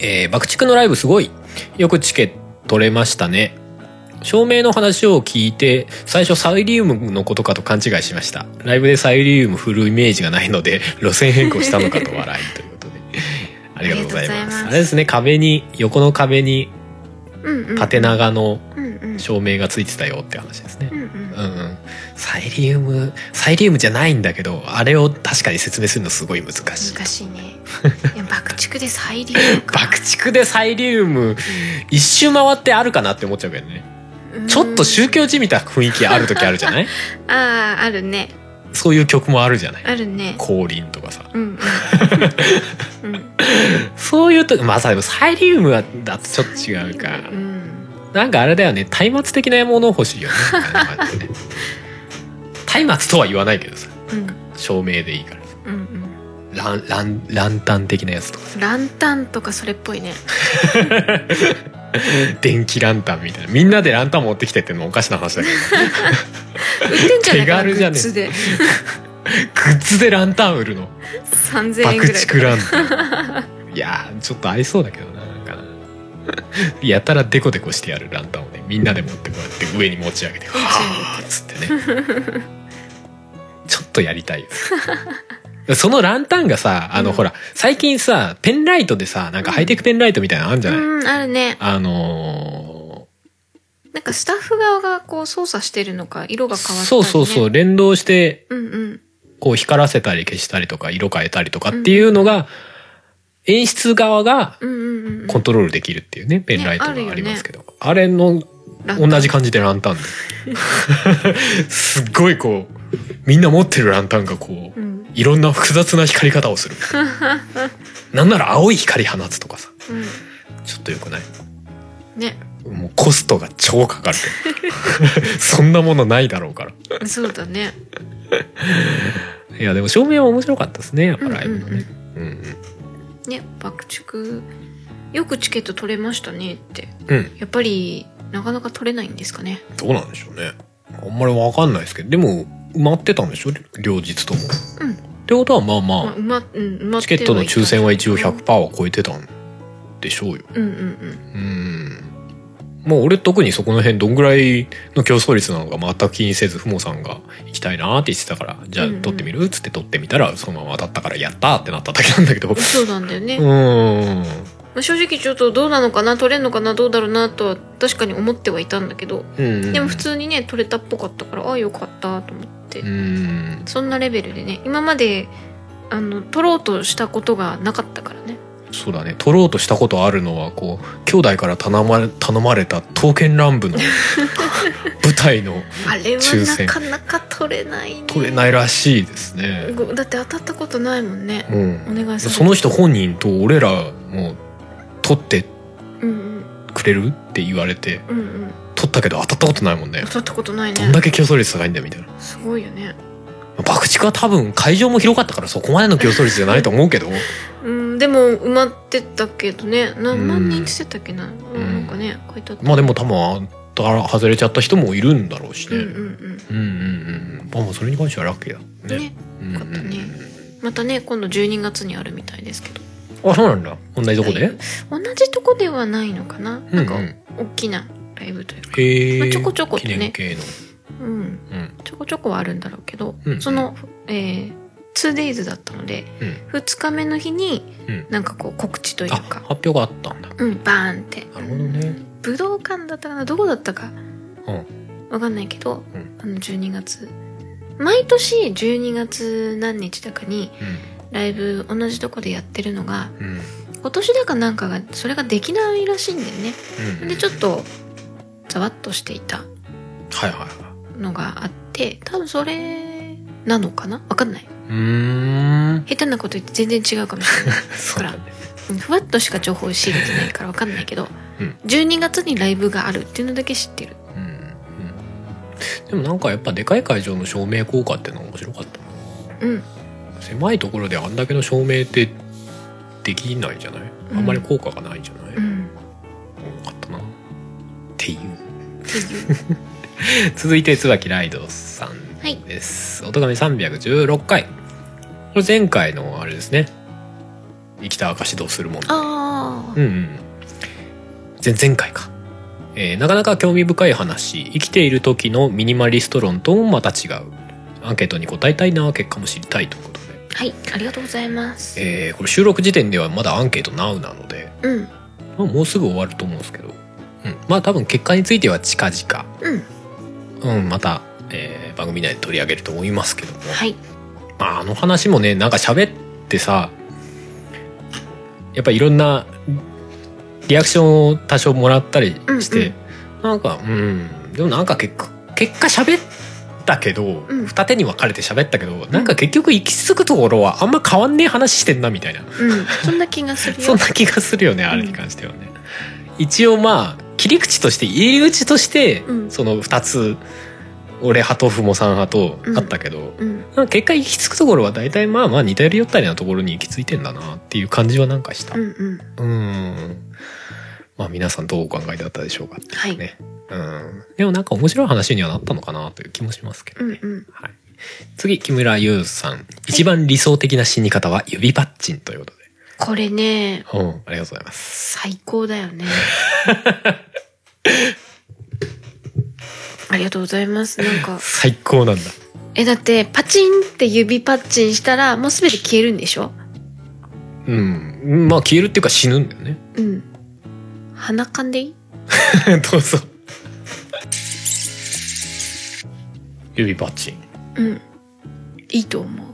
[SPEAKER 1] えー、爆竹のライブすごいよくチケット取れましたね照明の話を聞いて最初サイリウムのことかと勘違いしましたライブでサイリウム振るイメージがないので [laughs] 路線変更したのかと笑いということでありがとうござい
[SPEAKER 2] ありがとうございま
[SPEAKER 1] ます
[SPEAKER 2] す
[SPEAKER 1] あれですね壁に横の壁に
[SPEAKER 2] うんうん
[SPEAKER 1] 縦長の
[SPEAKER 2] うんうん
[SPEAKER 1] 照明がついてたよって話ですね
[SPEAKER 2] うんうん
[SPEAKER 1] うんうん、サイリウムサイリウムじゃないんだけどあれを確かに説明するのすごい難しい
[SPEAKER 2] 難しいねいや爆竹で再利用か
[SPEAKER 1] 爆竹でサイリウム一周回ってあるかなって思っちゃうけどね
[SPEAKER 2] うん
[SPEAKER 1] ちょっと宗教じみた雰囲気ある時あるじゃない
[SPEAKER 2] あああるね
[SPEAKER 1] そういう曲もあるじゃない
[SPEAKER 2] あるね
[SPEAKER 1] 降臨とかさ
[SPEAKER 2] うんうんうん
[SPEAKER 1] そういうとまあさでもサイリウムはだとちょっと [laughs] 違うか
[SPEAKER 2] うん
[SPEAKER 1] なんかあれだよね松明的なもの欲しいよねなんかね松明とは言わないけどさ
[SPEAKER 2] うん
[SPEAKER 1] 照明でいいから
[SPEAKER 2] うんうん
[SPEAKER 1] ランランランタン的なやつとか [laughs] さ
[SPEAKER 2] ランタンとかそれっぽいね
[SPEAKER 1] 電気ランタンみたいなみんなでランタン持ってきてってのもおかしな話だけ
[SPEAKER 2] 売ってんじゃないかな
[SPEAKER 1] 手軽じゃね
[SPEAKER 2] グッズで
[SPEAKER 1] ど [laughs] グッズでランタン売るの
[SPEAKER 2] 3000円
[SPEAKER 1] 爆
[SPEAKER 2] ぐらい
[SPEAKER 1] 竹ランタン [laughs] いやーちょっと合いそうだけどななん [laughs] かなやたらデコデコしてやるランタンをねみんなで持ってこうやって上に持ち上げて「はあ」っつってね [laughs] ちょっとやりたいよ [laughs] そのランタンがさあの、
[SPEAKER 2] うん
[SPEAKER 1] ほら最近さペンライトでさなんかハイテクペンライトみたいなのあるんじゃない、
[SPEAKER 2] うんあるね
[SPEAKER 1] あのー、
[SPEAKER 2] なんかスタッフ側がこう操作してるのか色が変わったり、ね、
[SPEAKER 1] そうそうそう
[SPEAKER 2] う
[SPEAKER 1] 連動して
[SPEAKER 2] うんうん
[SPEAKER 1] こう光らせたり消したりとか色変えたりとかっていうのが、演出側が
[SPEAKER 2] うんうんうん
[SPEAKER 1] コントロールできるっていうね、ペンライトが
[SPEAKER 2] あるよね
[SPEAKER 1] ありますけど、あれの
[SPEAKER 2] ランタン
[SPEAKER 1] 同じ感じでランタンですっごいこうみんな持ってるランタンがこう、
[SPEAKER 2] うん
[SPEAKER 1] いろんな複雑な光り方をするなんなら青い光放つとかさ
[SPEAKER 2] うん
[SPEAKER 1] ちょっとよくない
[SPEAKER 2] ね
[SPEAKER 1] もうコストが超かかるけどそんなものないだろうから
[SPEAKER 2] そうだね
[SPEAKER 1] いやでも照明は面白かったですねやっぱライブのね。うん
[SPEAKER 2] ね爆竹よくチケット取れましたねって
[SPEAKER 1] うん、うん、
[SPEAKER 2] やっぱりなかなか取れないんですかね
[SPEAKER 1] どうなんでしょうねあんまりわかんないですけどでも埋まってたんでしょ両日とも。
[SPEAKER 2] うん
[SPEAKER 1] ってことはまあま
[SPEAKER 2] まあ、
[SPEAKER 1] あ
[SPEAKER 2] うま、うん、埋まって
[SPEAKER 1] チケットの抽選は一応
[SPEAKER 2] はいた
[SPEAKER 1] 100%は超えてたんでしょうよ。
[SPEAKER 2] うんうん
[SPEAKER 1] うんもう俺特にそこの辺どんぐらいの競争率なのか全く気にせずふもさんが行きたいなって言ってたからじゃあ
[SPEAKER 2] うんうん
[SPEAKER 1] 取ってみるっつって取ってみたらそのまま当たったからやったってなっただけなんだけど
[SPEAKER 2] うん。そうなんだよね。
[SPEAKER 1] う
[SPEAKER 2] ま
[SPEAKER 1] ん
[SPEAKER 2] あ、正直ちょっとどうなのかな、取れんのかな、どうだろうなとは確かに思ってはいたんだけど、
[SPEAKER 1] うん
[SPEAKER 2] でも普通にね、取れたっぽかったから、ああ、よかったと思って、
[SPEAKER 1] うん
[SPEAKER 2] そんなレベルでね、今まで、あの、取ろうとしたことがなかったからね。
[SPEAKER 1] そうだね取ろうとしたことあるのはこう兄弟から頼まれ頼まれた刀剣乱
[SPEAKER 2] [laughs]
[SPEAKER 1] 舞の舞台の
[SPEAKER 2] あれ
[SPEAKER 1] 抽
[SPEAKER 2] は
[SPEAKER 1] 選
[SPEAKER 2] なかなか取れないね。
[SPEAKER 1] 取れないらしいですね。
[SPEAKER 2] ごだって当たったことないもんね。
[SPEAKER 1] う
[SPEAKER 2] お
[SPEAKER 1] ん、
[SPEAKER 2] 願いする。
[SPEAKER 1] その人本人と俺らもう取って
[SPEAKER 2] うんうん
[SPEAKER 1] くれるって言われて
[SPEAKER 2] うんうん。
[SPEAKER 1] 取ったけど当たったことないもんね
[SPEAKER 2] 当。たったことない
[SPEAKER 1] どん
[SPEAKER 2] ね
[SPEAKER 1] だ。け競争率高いんだよみたいな。
[SPEAKER 2] すごいよね。
[SPEAKER 1] 爆竹は多分会場も広かったからそこまでの競争率じゃないと思うけど
[SPEAKER 2] うん、でも埋まってたけどね
[SPEAKER 1] うん
[SPEAKER 2] 何万人って言ってたっけな、うんなんかね書いてあった
[SPEAKER 1] まあでも多分あ外れちゃった人もいるんだろうし
[SPEAKER 2] う
[SPEAKER 1] ね、
[SPEAKER 2] んう
[SPEAKER 1] うんん、うんうんまあもうそれに関してはラッキー
[SPEAKER 2] うん
[SPEAKER 1] だ
[SPEAKER 2] ね
[SPEAKER 1] ねうんうん
[SPEAKER 2] よ
[SPEAKER 1] う
[SPEAKER 2] か
[SPEAKER 1] ん
[SPEAKER 2] ったねまたね今度12月にあるみたいですけど
[SPEAKER 1] あそうなんだ同じとこで、
[SPEAKER 2] はい同じとこではないのかな、なんか
[SPEAKER 1] うんうん
[SPEAKER 2] 大きなライブというか
[SPEAKER 1] へえ、
[SPEAKER 2] まあちょこちょことね
[SPEAKER 1] 記念系の
[SPEAKER 2] うん
[SPEAKER 1] うん
[SPEAKER 2] ちょこちょこはあるんだろうけど、
[SPEAKER 1] うん
[SPEAKER 2] その、えー、2days だったので
[SPEAKER 1] うん
[SPEAKER 2] 2日目の日に
[SPEAKER 1] うん
[SPEAKER 2] なんかこう告知という
[SPEAKER 1] あ
[SPEAKER 2] か
[SPEAKER 1] 発、表があったんだ
[SPEAKER 2] うん、バーンって
[SPEAKER 1] なるほどね
[SPEAKER 2] 武道館だったかなどこだったか
[SPEAKER 1] うん
[SPEAKER 2] わかんないけど、
[SPEAKER 1] うん
[SPEAKER 2] あの12月毎年12月何日だかにライブ同じとこでやってるのが
[SPEAKER 1] うんうん
[SPEAKER 2] 今年だかなんかがそれができないらしいんだよね
[SPEAKER 1] うん
[SPEAKER 2] でちょっとざわっとしていた
[SPEAKER 1] はいはいはい
[SPEAKER 2] のがあって多分それなのかなわかんないう
[SPEAKER 1] ーん
[SPEAKER 2] 下手なこと言って全然違うかもしれない
[SPEAKER 1] [laughs] そうだね
[SPEAKER 2] うんふわっとしか情報を仕入れてないからわかんないけど、
[SPEAKER 1] うん
[SPEAKER 2] 12月にライブがあるっていうのだけ知ってる
[SPEAKER 1] うんうんでもなんかやっぱでかい会場の照明効果っていうのは面白かった
[SPEAKER 2] うん
[SPEAKER 1] な狭いところであんだけの照明ってできないじゃない
[SPEAKER 2] ん
[SPEAKER 1] あんまり効果がないじゃない、
[SPEAKER 2] うん
[SPEAKER 1] 多かったなっていう
[SPEAKER 2] っていう
[SPEAKER 1] 続いて椿ライドさん
[SPEAKER 2] はい
[SPEAKER 1] ですおとがめ316回これ前回のあれですね生きた証どうするもん
[SPEAKER 2] あ
[SPEAKER 1] うんうん前前回か、えーなかなか興味深い話生きている時のミニマリスト論ともまた違うアンケートに答えたいな結果も知りたいということで、
[SPEAKER 2] あはいありがとうございます
[SPEAKER 1] えーこれ収録時点ではまだアンケート NOW なので、
[SPEAKER 2] うん
[SPEAKER 1] まあもうすぐ終わると思うんですけど、うん、まあ多分結果については近
[SPEAKER 2] うん
[SPEAKER 1] 々、うん、また、えー番組内で取り上げると思いますけども、
[SPEAKER 2] はい
[SPEAKER 1] まあ、あの話もねなんか喋ってさやっぱいろんなリアクションを多少もらったりして、なんかうんでもなんか結果結果喋ったけど、
[SPEAKER 2] ん
[SPEAKER 1] 二手に分かれて喋ったけどなんか結局行き着くところはあんま変わんねえ話してんなみたいな、
[SPEAKER 2] うんそんな気がするよ
[SPEAKER 1] [laughs] そんな気がするよねあれに関してはね。一応まあ切り口として入り口として、
[SPEAKER 2] うん
[SPEAKER 1] その2つ俺派とふもさん派とあったけど、
[SPEAKER 2] うん
[SPEAKER 1] なんか結果行き着くところは大体まあまあ似たより寄ったりなところに行き着いてんだなっていう感じはなんかした。
[SPEAKER 2] う
[SPEAKER 1] うん
[SPEAKER 2] うん
[SPEAKER 1] ーん。まあ皆さんどうお考えだったでしょうかって
[SPEAKER 2] はい、
[SPEAKER 1] いうね。うん。でもなんか面白い話にはなったのかなという気もしますけ
[SPEAKER 2] う
[SPEAKER 1] ど
[SPEAKER 2] ん
[SPEAKER 1] ね。
[SPEAKER 2] うん
[SPEAKER 1] はい。次、木村優さん。一番理想的な死に方は指パッチンということで。
[SPEAKER 2] これね
[SPEAKER 1] うん。ありがとうございます。
[SPEAKER 2] 最高だよねありがとうございますなんか
[SPEAKER 1] 最高なんだ。
[SPEAKER 2] えだってパチンって指パッチンしたらもう全て消えるんでしょ
[SPEAKER 1] うん。まあ消えるっていうか死ぬんだよね。 [laughs]
[SPEAKER 2] うん鼻かんでいい
[SPEAKER 1] どうぞ。指パッチン。
[SPEAKER 2] うんいいと思う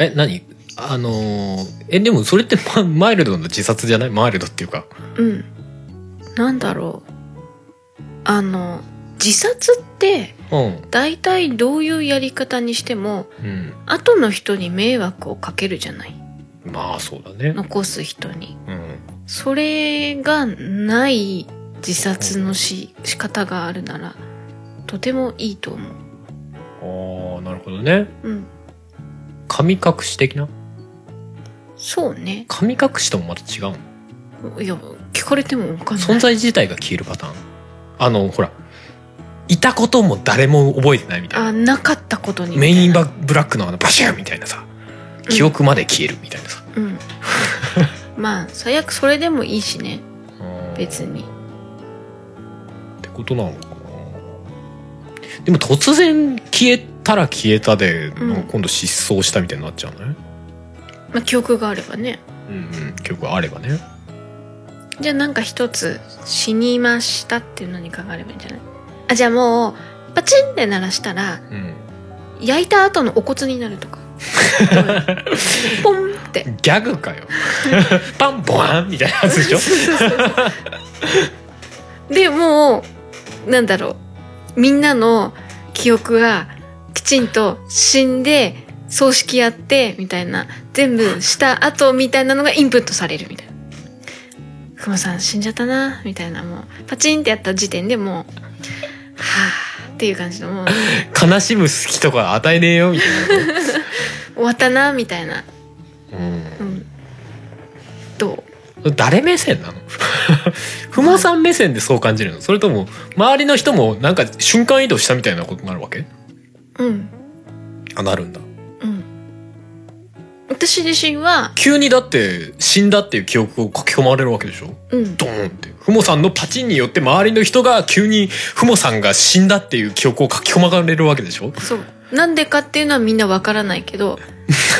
[SPEAKER 1] え何あのーえでもそれってママイルドの自殺じゃないマイルドっていうか
[SPEAKER 2] うん。なんだろう。あの、自殺って、
[SPEAKER 1] うん
[SPEAKER 2] 大体どういうやり方にしても、
[SPEAKER 1] うん
[SPEAKER 2] 後の人に迷惑をかけるじゃない。
[SPEAKER 1] まあそうだね
[SPEAKER 2] 残す人に。
[SPEAKER 1] うん
[SPEAKER 2] それがない自殺のし、仕方があるなら、とてもいいと思う。
[SPEAKER 1] ああなるほどね
[SPEAKER 2] うん。
[SPEAKER 1] 神隠し的な
[SPEAKER 2] そうね。
[SPEAKER 1] 神隠しともまた違うの
[SPEAKER 2] いや、聞かれてもわかんない。
[SPEAKER 1] 存在自体が消えるパターンあのほらいたことも誰も覚えてないみたい
[SPEAKER 2] あ、
[SPEAKER 1] な
[SPEAKER 2] なかったことに。
[SPEAKER 1] メインバブラックのあのバシューみたいなさ記憶まで消えるみたいなさ、 [laughs]
[SPEAKER 2] うん。まあ、最悪それでもいいしね。
[SPEAKER 1] うん
[SPEAKER 2] 別に。
[SPEAKER 1] ってことなのかなでも突然消えたら消えたで、
[SPEAKER 2] ん
[SPEAKER 1] なんか今度失踪したみたいになっちゃうね
[SPEAKER 2] まあ、記憶があればね。
[SPEAKER 1] うんうん曲があればね
[SPEAKER 2] じゃあなんか一つ死にましたっていうのにかかればいいんじゃないあじゃあもうパチンって鳴らしたら
[SPEAKER 1] うん
[SPEAKER 2] 焼いた後のお骨にな
[SPEAKER 1] [laughs]
[SPEAKER 2] るとかどうよポンって
[SPEAKER 1] ギャグかよ [laughs] パンボワンみたいなやつで [laughs] しょ
[SPEAKER 2] そうそうそうでもうなんだろうみんなの記憶がきちんと死んで葬式やってみたいな全部した後みたいなのがインプットされるみたいな「クマさん死んじゃったな」みたいなもうパチンってやった時点でもう「はあっていう感じのもう
[SPEAKER 1] 悲しむ好きとか与えねえよみたいなこ
[SPEAKER 2] 終わったなみたいな、
[SPEAKER 1] と、うん
[SPEAKER 2] うん、ど
[SPEAKER 1] 誰目線なの [laughs] 不毛さん目線でそう感じるのそれとも周りの人もなんか瞬間移動したみたいなことになるわけ
[SPEAKER 2] ううん
[SPEAKER 1] あなるんだ
[SPEAKER 2] うん私自身は
[SPEAKER 1] 急にだって死んだっていう記憶を書き込まれるわけでしょ
[SPEAKER 2] うん
[SPEAKER 1] ドーンってふもさんのパチンによって周りの人が急にふもさんが死んだっていう記憶を書き込まれるわけでしょ [laughs]
[SPEAKER 2] そうなんでかっていうのはみんなわからないけど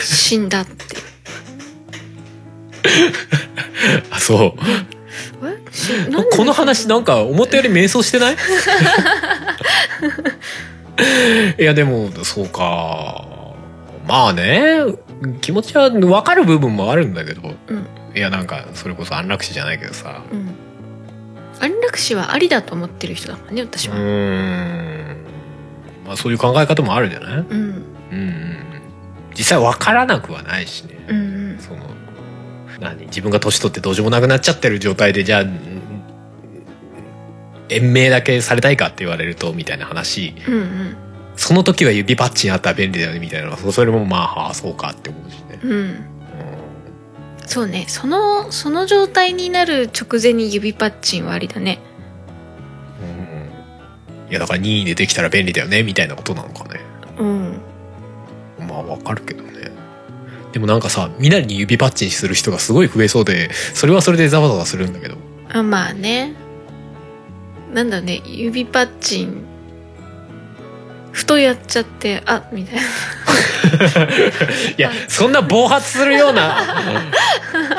[SPEAKER 2] 死んだって
[SPEAKER 1] あそう
[SPEAKER 2] えしなんで
[SPEAKER 1] この話なんか思ったより迷走してない [laughs] いやでもそうかまあね気持ちは分かる部分もあるんだけど、
[SPEAKER 2] うん
[SPEAKER 1] いやなんかそれこそ安楽死じゃないけどさ
[SPEAKER 2] うん安楽死はありだと思ってる人だからね私
[SPEAKER 1] う
[SPEAKER 2] は
[SPEAKER 1] ーんまあそういう考え方もあるじゃない、うんう
[SPEAKER 2] うん
[SPEAKER 1] んうん、実際分からなくはないしね
[SPEAKER 2] うんうん
[SPEAKER 1] その何自分が年取ってどうしようもなくなっちゃってる状態でじゃあうん延命だけされたいかって言われるとみたいな話
[SPEAKER 2] うんうん
[SPEAKER 1] その時は指パッチンあったら便利だよねみたいなそそれもまあああそうかって思うしね、
[SPEAKER 2] うん
[SPEAKER 1] う
[SPEAKER 2] そうねそのその状態になる直前に指パッチンはありだね
[SPEAKER 1] んうんいやだから任意でできたら便利だよねみたいなことなのかね
[SPEAKER 2] うん
[SPEAKER 1] まあわかるけどねでもなんかさみんなに指パッチンする人がすごい増えそうでそれはそれでざわざわするんだけど
[SPEAKER 2] あまあねなんだろうね指パッチンふとやっちゃってあみたいない
[SPEAKER 1] やそんな暴発するような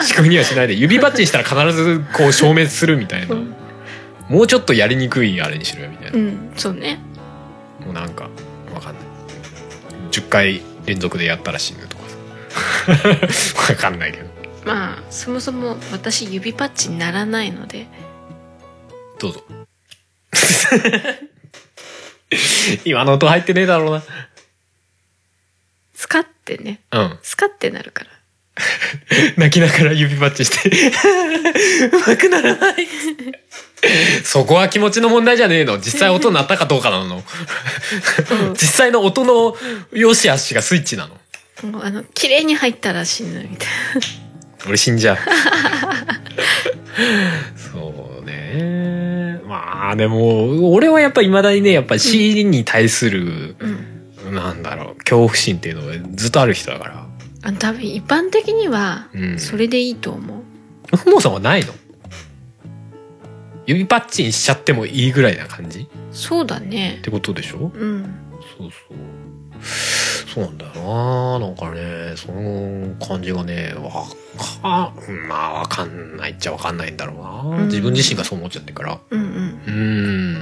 [SPEAKER 1] 仕組みにはしないで指パッチンしたら必ずこう消滅するみたいな
[SPEAKER 2] うん
[SPEAKER 1] もうちょっとやりにくいあれにしろよみたいうなん
[SPEAKER 2] そうね
[SPEAKER 1] もうなんかわかんない10回連続でやったら死ぬとかさ [laughs] わかんないけど
[SPEAKER 2] まあそもそも私指パッチンならないので
[SPEAKER 1] どうぞ [laughs] 今の音入ってねえだろう
[SPEAKER 2] スカってね
[SPEAKER 1] なうん
[SPEAKER 2] スカってなるから
[SPEAKER 1] 泣きながら指パッチンしてうまくならないそこは気持ちの問題じゃねえの実際音鳴ったかどうかなの実際の音の良し悪しがスイッチなの
[SPEAKER 2] もうあの綺麗に入ったら死ぬみたい
[SPEAKER 1] 俺死んじゃうそうねまあでも俺はやっぱいまだにねやっぱ死に対する、
[SPEAKER 2] な、うん、
[SPEAKER 1] なんだろう恐怖心っていうのがずっとある人だから
[SPEAKER 2] あの多分一般的には
[SPEAKER 1] うん
[SPEAKER 2] それでいいと思う、
[SPEAKER 1] ふもさんはないの指パッチンしちゃってもいいぐらいな感じ
[SPEAKER 2] そうだね
[SPEAKER 1] ってことでしょ
[SPEAKER 2] うん
[SPEAKER 1] そうそう。そうなんだよななんかね、その感じがね、わか、まあわかんないっちゃわかんないんだろう
[SPEAKER 2] う
[SPEAKER 1] な。
[SPEAKER 2] ん
[SPEAKER 1] 自分自身がそう思っちゃってるから。
[SPEAKER 2] うんうん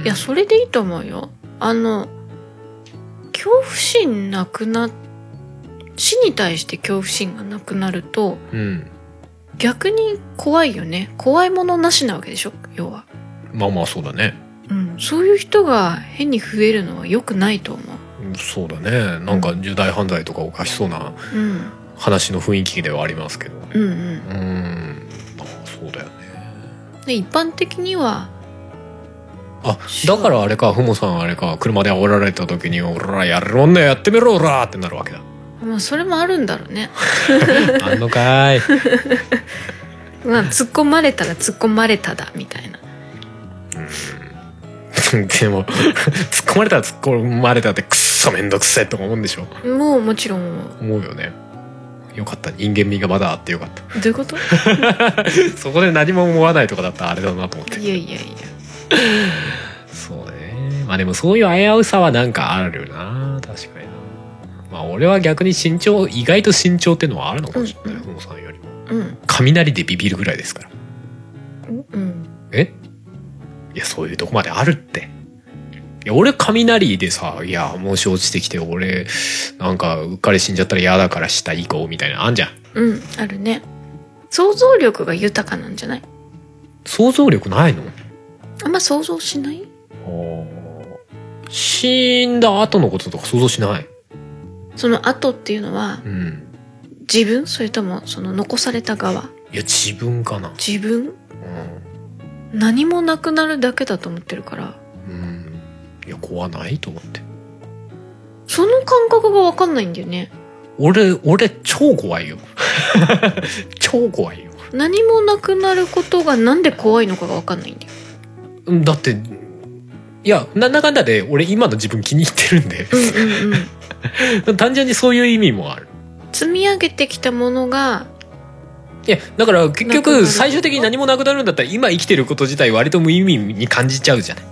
[SPEAKER 1] うん。
[SPEAKER 2] いやそれでいいと思うよあの恐怖心なくな死に対して恐怖心がなくなると
[SPEAKER 1] うん。
[SPEAKER 2] 逆に怖いよね怖いものなしなわけでしょ要は
[SPEAKER 1] まあまあそうだね。
[SPEAKER 2] うん、そういう人が変に増えるのは良くないと思う。
[SPEAKER 1] うんそうだね。なんか重大犯罪とか犯しそうな
[SPEAKER 2] うん、
[SPEAKER 1] 話の雰囲気ではありますけど。
[SPEAKER 2] うん、
[SPEAKER 1] うん。まあそうだよね。
[SPEAKER 2] うん。で一般的には、
[SPEAKER 1] あ、だからあれか、ふもさんあれか、車で煽られた時に、おら、やるもんねやってみろ、おらってなるわけだ。
[SPEAKER 2] まあそれもあるんだろうね。
[SPEAKER 1] あんのかい。
[SPEAKER 2] まあ突っ込まれたら突っ込まれただみたいな。
[SPEAKER 1] [laughs] でも突っ込まれたら突っ込まれたってくっそめんどくせえとか思うんでしょ
[SPEAKER 2] もうもちろんもう
[SPEAKER 1] 思うよねよかった人間味がまだあってよかった [laughs]
[SPEAKER 2] どういう [laughs] こと？
[SPEAKER 1] そこで何も思わないとかだったらあれだなと思って
[SPEAKER 2] いやいやいや。
[SPEAKER 1] そうねまあでもそういう危うさはなんかあるよな確かになまあ俺は逆に身長意外と身長ってのはあるのかもしれない
[SPEAKER 2] うん
[SPEAKER 1] ふもさんよりも
[SPEAKER 2] うん、
[SPEAKER 1] 雷でビビるぐらいですから
[SPEAKER 2] うん、
[SPEAKER 1] えいやそういうとこまであるっていや俺雷でさ「いやもし落ちてきて俺なんかうっかり死んじゃったら嫌だから下行こう」みたいなあんじゃん
[SPEAKER 2] うん、あるね。想像力が豊かなんじゃない？
[SPEAKER 1] 想像力ないの
[SPEAKER 2] あんま想像しない？
[SPEAKER 1] 死んだ後のこととか想像しない
[SPEAKER 2] その後っていうのは
[SPEAKER 1] うん
[SPEAKER 2] 自分それともその残された側？
[SPEAKER 1] いや自分かな
[SPEAKER 2] 自分？
[SPEAKER 1] う
[SPEAKER 2] 何もなくなるだけだと思ってるから。
[SPEAKER 1] ん、うん、いや怖ないと思って
[SPEAKER 2] その感覚がわかんないんだよね
[SPEAKER 1] 俺俺超怖いよ [laughs] 超怖いよ
[SPEAKER 2] 何もなくなることがなんで怖いのかがわかんないんだよ
[SPEAKER 1] だっていやなんだかんだで俺今の自分気に入ってるんで
[SPEAKER 2] うんうんうん
[SPEAKER 1] 単純にそういう意味もある
[SPEAKER 2] 積み上げてきたものが
[SPEAKER 1] いやだから結
[SPEAKER 2] なくな
[SPEAKER 1] 局
[SPEAKER 2] る
[SPEAKER 1] 最終的に何もなくなるんだったら今生きてること自体割と無意味に感じちゃうじゃない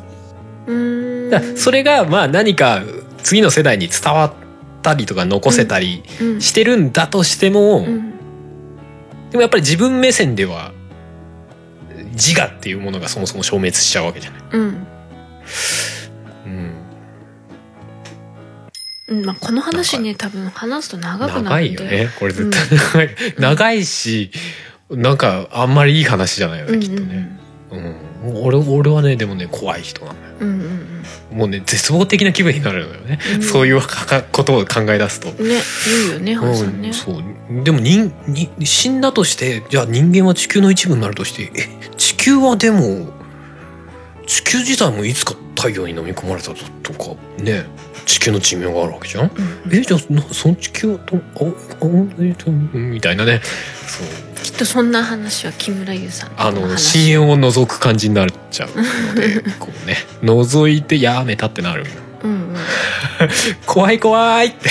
[SPEAKER 1] う
[SPEAKER 2] ーん
[SPEAKER 1] だからそれがまあ何か次の世代に伝わったりとか残せたり
[SPEAKER 2] うん
[SPEAKER 1] してるんだとしても、
[SPEAKER 2] うん
[SPEAKER 1] でもやっぱり自分目線では自我っていうものがそもそも消滅しちゃうわけじゃない。
[SPEAKER 2] うん
[SPEAKER 1] うん、
[SPEAKER 2] うんまあ、この話ね多分話すと長くな
[SPEAKER 1] 長
[SPEAKER 2] る
[SPEAKER 1] い
[SPEAKER 2] んだ
[SPEAKER 1] よ
[SPEAKER 2] よ
[SPEAKER 1] ねこれ絶対長い、
[SPEAKER 2] ん
[SPEAKER 1] 長いしなんかあんまりいい話じゃないよね、
[SPEAKER 2] うん
[SPEAKER 1] きっとね。うん、俺俺はねでもね怖い人なんだよ
[SPEAKER 2] うんうんうん
[SPEAKER 1] もうね絶望的な気分になるのよね、
[SPEAKER 2] うん
[SPEAKER 1] そういうかかことを考え出すと
[SPEAKER 2] うんね言うよねハンさん
[SPEAKER 1] う
[SPEAKER 2] ね
[SPEAKER 1] ん、そうでも人に死んだとしてじゃあ人間は地球の一部になるとしてえ地球はでも地球自体もいつか太陽に飲み込まれたとかね地球の寿命があるわけじゃん
[SPEAKER 2] うん
[SPEAKER 1] えじゃあなその地球はとああえっとみたいなねそう
[SPEAKER 2] きっとそんな話は木村優さん
[SPEAKER 1] あの深
[SPEAKER 2] 話
[SPEAKER 1] 淵を覗く感じになっちゃうの
[SPEAKER 2] [laughs]
[SPEAKER 1] でこうね覗いてやめたってなる
[SPEAKER 2] うんうん
[SPEAKER 1] 怖い怖いって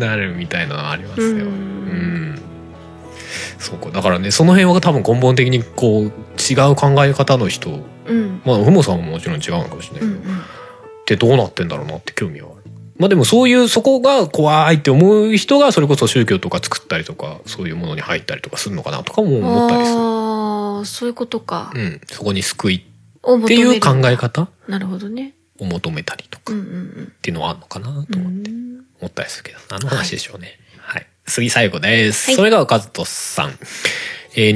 [SPEAKER 1] [laughs] なるみたいなのありますよ。
[SPEAKER 2] うん
[SPEAKER 1] うんそうかだからねその辺は多分根本的にこう違う考え方の人
[SPEAKER 2] うん
[SPEAKER 1] まあふもさんももちろん違うのかもしれないけ
[SPEAKER 2] う
[SPEAKER 1] ど、
[SPEAKER 2] んう
[SPEAKER 1] っ
[SPEAKER 2] ん
[SPEAKER 1] てどうなってんだろうなって興味はある。まあでもそういうそこが怖いって思う人がそれこそ宗教とか作ったりとかそういうものに入ったりとかするのかなとかも思ったりする。
[SPEAKER 2] ああそういうことか、
[SPEAKER 1] うん、そこに救い
[SPEAKER 2] を求
[SPEAKER 1] って
[SPEAKER 2] める
[SPEAKER 1] いう考え方
[SPEAKER 2] なるほどね
[SPEAKER 1] を求めたりとか
[SPEAKER 2] う
[SPEAKER 1] っ
[SPEAKER 2] んうん
[SPEAKER 1] ていうのはあるのかな
[SPEAKER 2] う
[SPEAKER 1] と思って。
[SPEAKER 2] ん
[SPEAKER 1] 思ったりするけど、何の話でしょうね。はい。次最後です。
[SPEAKER 2] はい
[SPEAKER 1] それがカズトさん。えー、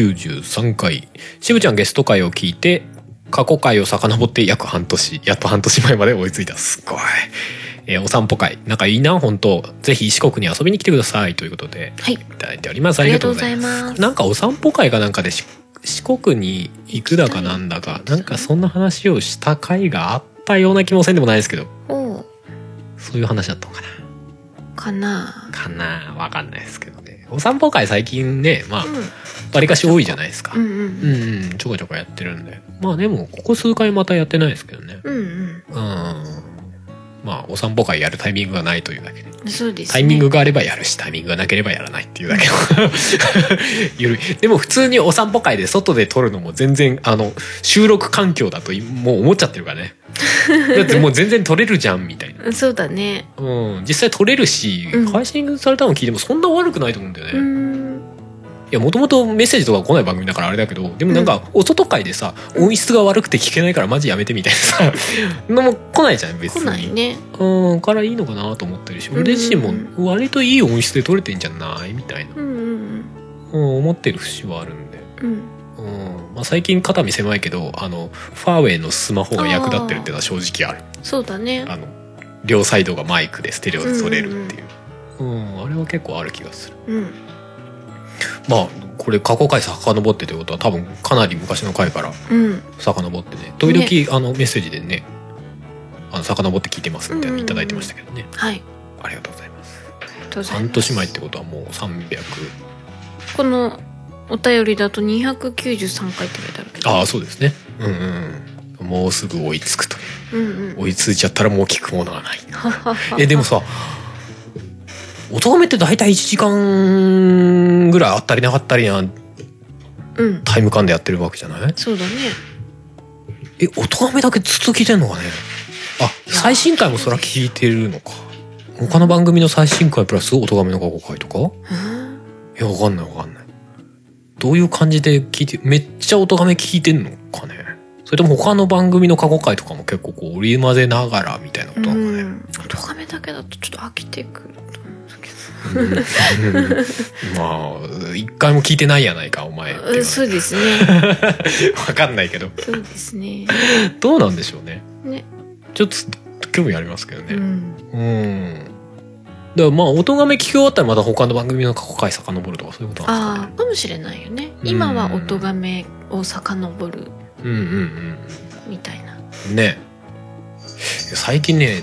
[SPEAKER 1] 293回。しぶちゃんゲスト回を聞いて、過去回を遡って約半年、やっと半年前まで追いついた。すごい。えーお散歩会。仲いいな、本当ぜひ四国に遊びに来てください。ということで、
[SPEAKER 2] はい
[SPEAKER 1] いただいております。あ
[SPEAKER 2] あ
[SPEAKER 1] り
[SPEAKER 2] り
[SPEAKER 1] が
[SPEAKER 2] が
[SPEAKER 1] と
[SPEAKER 2] と
[SPEAKER 1] う
[SPEAKER 2] う
[SPEAKER 1] ござ
[SPEAKER 2] ご
[SPEAKER 1] い
[SPEAKER 2] ざい
[SPEAKER 1] ます。
[SPEAKER 2] ます
[SPEAKER 1] なんかお散歩会かなんかでし四国に行くだかなんだか、なんかそんな話をした回があったような気もせんでもないですけど、
[SPEAKER 2] おう
[SPEAKER 1] そういう話だったのかな。
[SPEAKER 2] かな
[SPEAKER 1] かなわかんないですけどね。お散歩会最近ね、まあ、
[SPEAKER 2] う
[SPEAKER 1] わりかし多いじゃないですか。
[SPEAKER 2] んう
[SPEAKER 1] うん
[SPEAKER 2] んうん
[SPEAKER 1] うん、ちょこちょこやってるんで。まあでも、ここ数回またやってないですけどね。
[SPEAKER 2] うんうん
[SPEAKER 1] うん。まあ、お散歩会やるタイミングがないというだけで。
[SPEAKER 2] そうですね
[SPEAKER 1] タイミングがあればやるし、タイミングがなければやらないっていうだけの [laughs] ゆるい。でも普通にお散歩会で外で撮るのも全然、あの、収録環境だといもう思っちゃってるからね。だってもう全然撮れるじゃん、みたいな。
[SPEAKER 2] そうだね
[SPEAKER 1] うん、実際撮れるし、
[SPEAKER 2] うん
[SPEAKER 1] 配信されたの聞いてもそんな悪くないと思うんだよね。
[SPEAKER 2] う
[SPEAKER 1] い
[SPEAKER 2] ん
[SPEAKER 1] や、もともとメッセージとか来ない番組だからあれだけど、でもなんか、お外会でさ、音質が悪くて聞けないからマジやめてみたいなさ、 [laughs] のも来ないじゃん、別
[SPEAKER 2] 来
[SPEAKER 1] に。
[SPEAKER 2] ないね
[SPEAKER 1] うん、からいいのかなと思ってるし、
[SPEAKER 2] うん
[SPEAKER 1] 俺自身も割といい音質で撮れてんじゃないみたいな、
[SPEAKER 2] うんうん
[SPEAKER 1] うん、思ってる節はあるんで。
[SPEAKER 2] うんうん
[SPEAKER 1] うんまあ、最近肩身狭いけどあのファーウェイのスマホが役立ってるっていうのは正直ある
[SPEAKER 2] そうだね
[SPEAKER 1] あの両サイドがマイクでステレオで撮れるっていう、うんあれは結構ある気がする
[SPEAKER 2] うん
[SPEAKER 1] まあこれ過去回遡ってということは多分かなり昔の回から
[SPEAKER 2] うん
[SPEAKER 1] 遡ってね時々、あのメッセージでねあの遡って聞いてますみたいなのいただいてましたけどね、
[SPEAKER 2] はい
[SPEAKER 1] ありがとうございます
[SPEAKER 2] ありがとうございます
[SPEAKER 1] 半年前ってことはもう300
[SPEAKER 2] このお便りだと293回って書いてあるけど
[SPEAKER 1] ああそうですねうんうんもうすぐ追いつくと
[SPEAKER 2] うんうん
[SPEAKER 1] 追いついちゃったらもう聞くものがない
[SPEAKER 2] ははは
[SPEAKER 1] えでもさ音めって大体1時間ぐらいあったりなかったりな
[SPEAKER 2] うん
[SPEAKER 1] タイム感でやってるわけじゃない
[SPEAKER 2] そうだね
[SPEAKER 1] え音めだけずっと聞いてんのかねあ最新回もそら聞いてるのか他の番組の最新回プラス音めの過去回とか
[SPEAKER 2] うん
[SPEAKER 1] いやわかんないわかんないどういう感じで聞いてめっちゃ音め聞いてんのかねそれとも他の番組の過去回とかも結構こう織り交ぜながらみたいなことなのかね、
[SPEAKER 2] うんとがめだけだとちょっと飽きてくると思うんだけど
[SPEAKER 1] うんまあ一回も聞いてないやないかお前っていうのは
[SPEAKER 2] うんそうです
[SPEAKER 1] [laughs]
[SPEAKER 2] ね。
[SPEAKER 1] わかんないけど
[SPEAKER 2] そうですね。
[SPEAKER 1] どうなんでしょうね
[SPEAKER 2] ね。
[SPEAKER 1] ちょっと興味ありますけど
[SPEAKER 2] う
[SPEAKER 1] ね
[SPEAKER 2] ん。
[SPEAKER 1] うんだからまあ音がめ聞き終わったらまた他の番組の過去回遡るとかそういうことなん
[SPEAKER 2] あ
[SPEAKER 1] で
[SPEAKER 2] あ、かもしれないよね。
[SPEAKER 1] うん
[SPEAKER 2] 今は音がめを遡る
[SPEAKER 1] すかねうんうんうん
[SPEAKER 2] みたいな。
[SPEAKER 1] ね最近ねい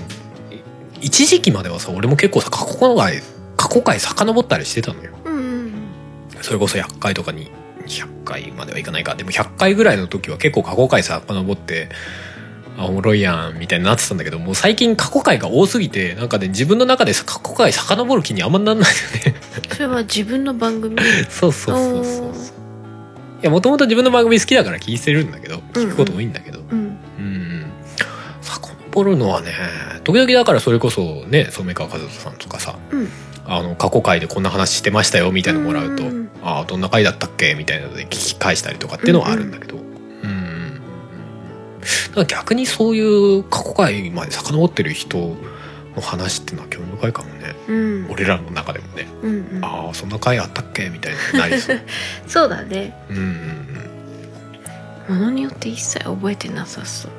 [SPEAKER 1] 一時期まではさ俺も結構さ過去回過去回遡ったりしてたのよ
[SPEAKER 2] うんうん
[SPEAKER 1] それこそ100回とかに100回まではいかないかでも100回ぐらいの時は結構過去回遡ってあおもろいやんみたいになってたんだけどもう最近過去回が多すぎてなんかね自分の中でさ過去回遡る気にあんまなんない [laughs] よね
[SPEAKER 2] それは自分の番組
[SPEAKER 1] そう [laughs] そうそうそういやもともと自分の番組好きだから聞いてるんだけど聞くこと多いんだけど、
[SPEAKER 2] うん
[SPEAKER 1] うん遡るのはね時々だからそれこそね染川和人さんとかさ
[SPEAKER 2] うん
[SPEAKER 1] あの過去回でこんな話してましたよみたいのもらうと、
[SPEAKER 2] うんうん
[SPEAKER 1] ああどんな回だったっけみたいなので聞き返したりとかっていうのはあるんだけどうんだから逆にそういう過去回まで遡ってる人の話っていうのは興味深いかもね
[SPEAKER 2] うん
[SPEAKER 1] 俺らの中でもね
[SPEAKER 2] うんうん
[SPEAKER 1] ああそんな回あったっけみたいなのなり [laughs] そう
[SPEAKER 2] そうだね
[SPEAKER 1] うんうんうん
[SPEAKER 2] ものによって一切覚えてなさそう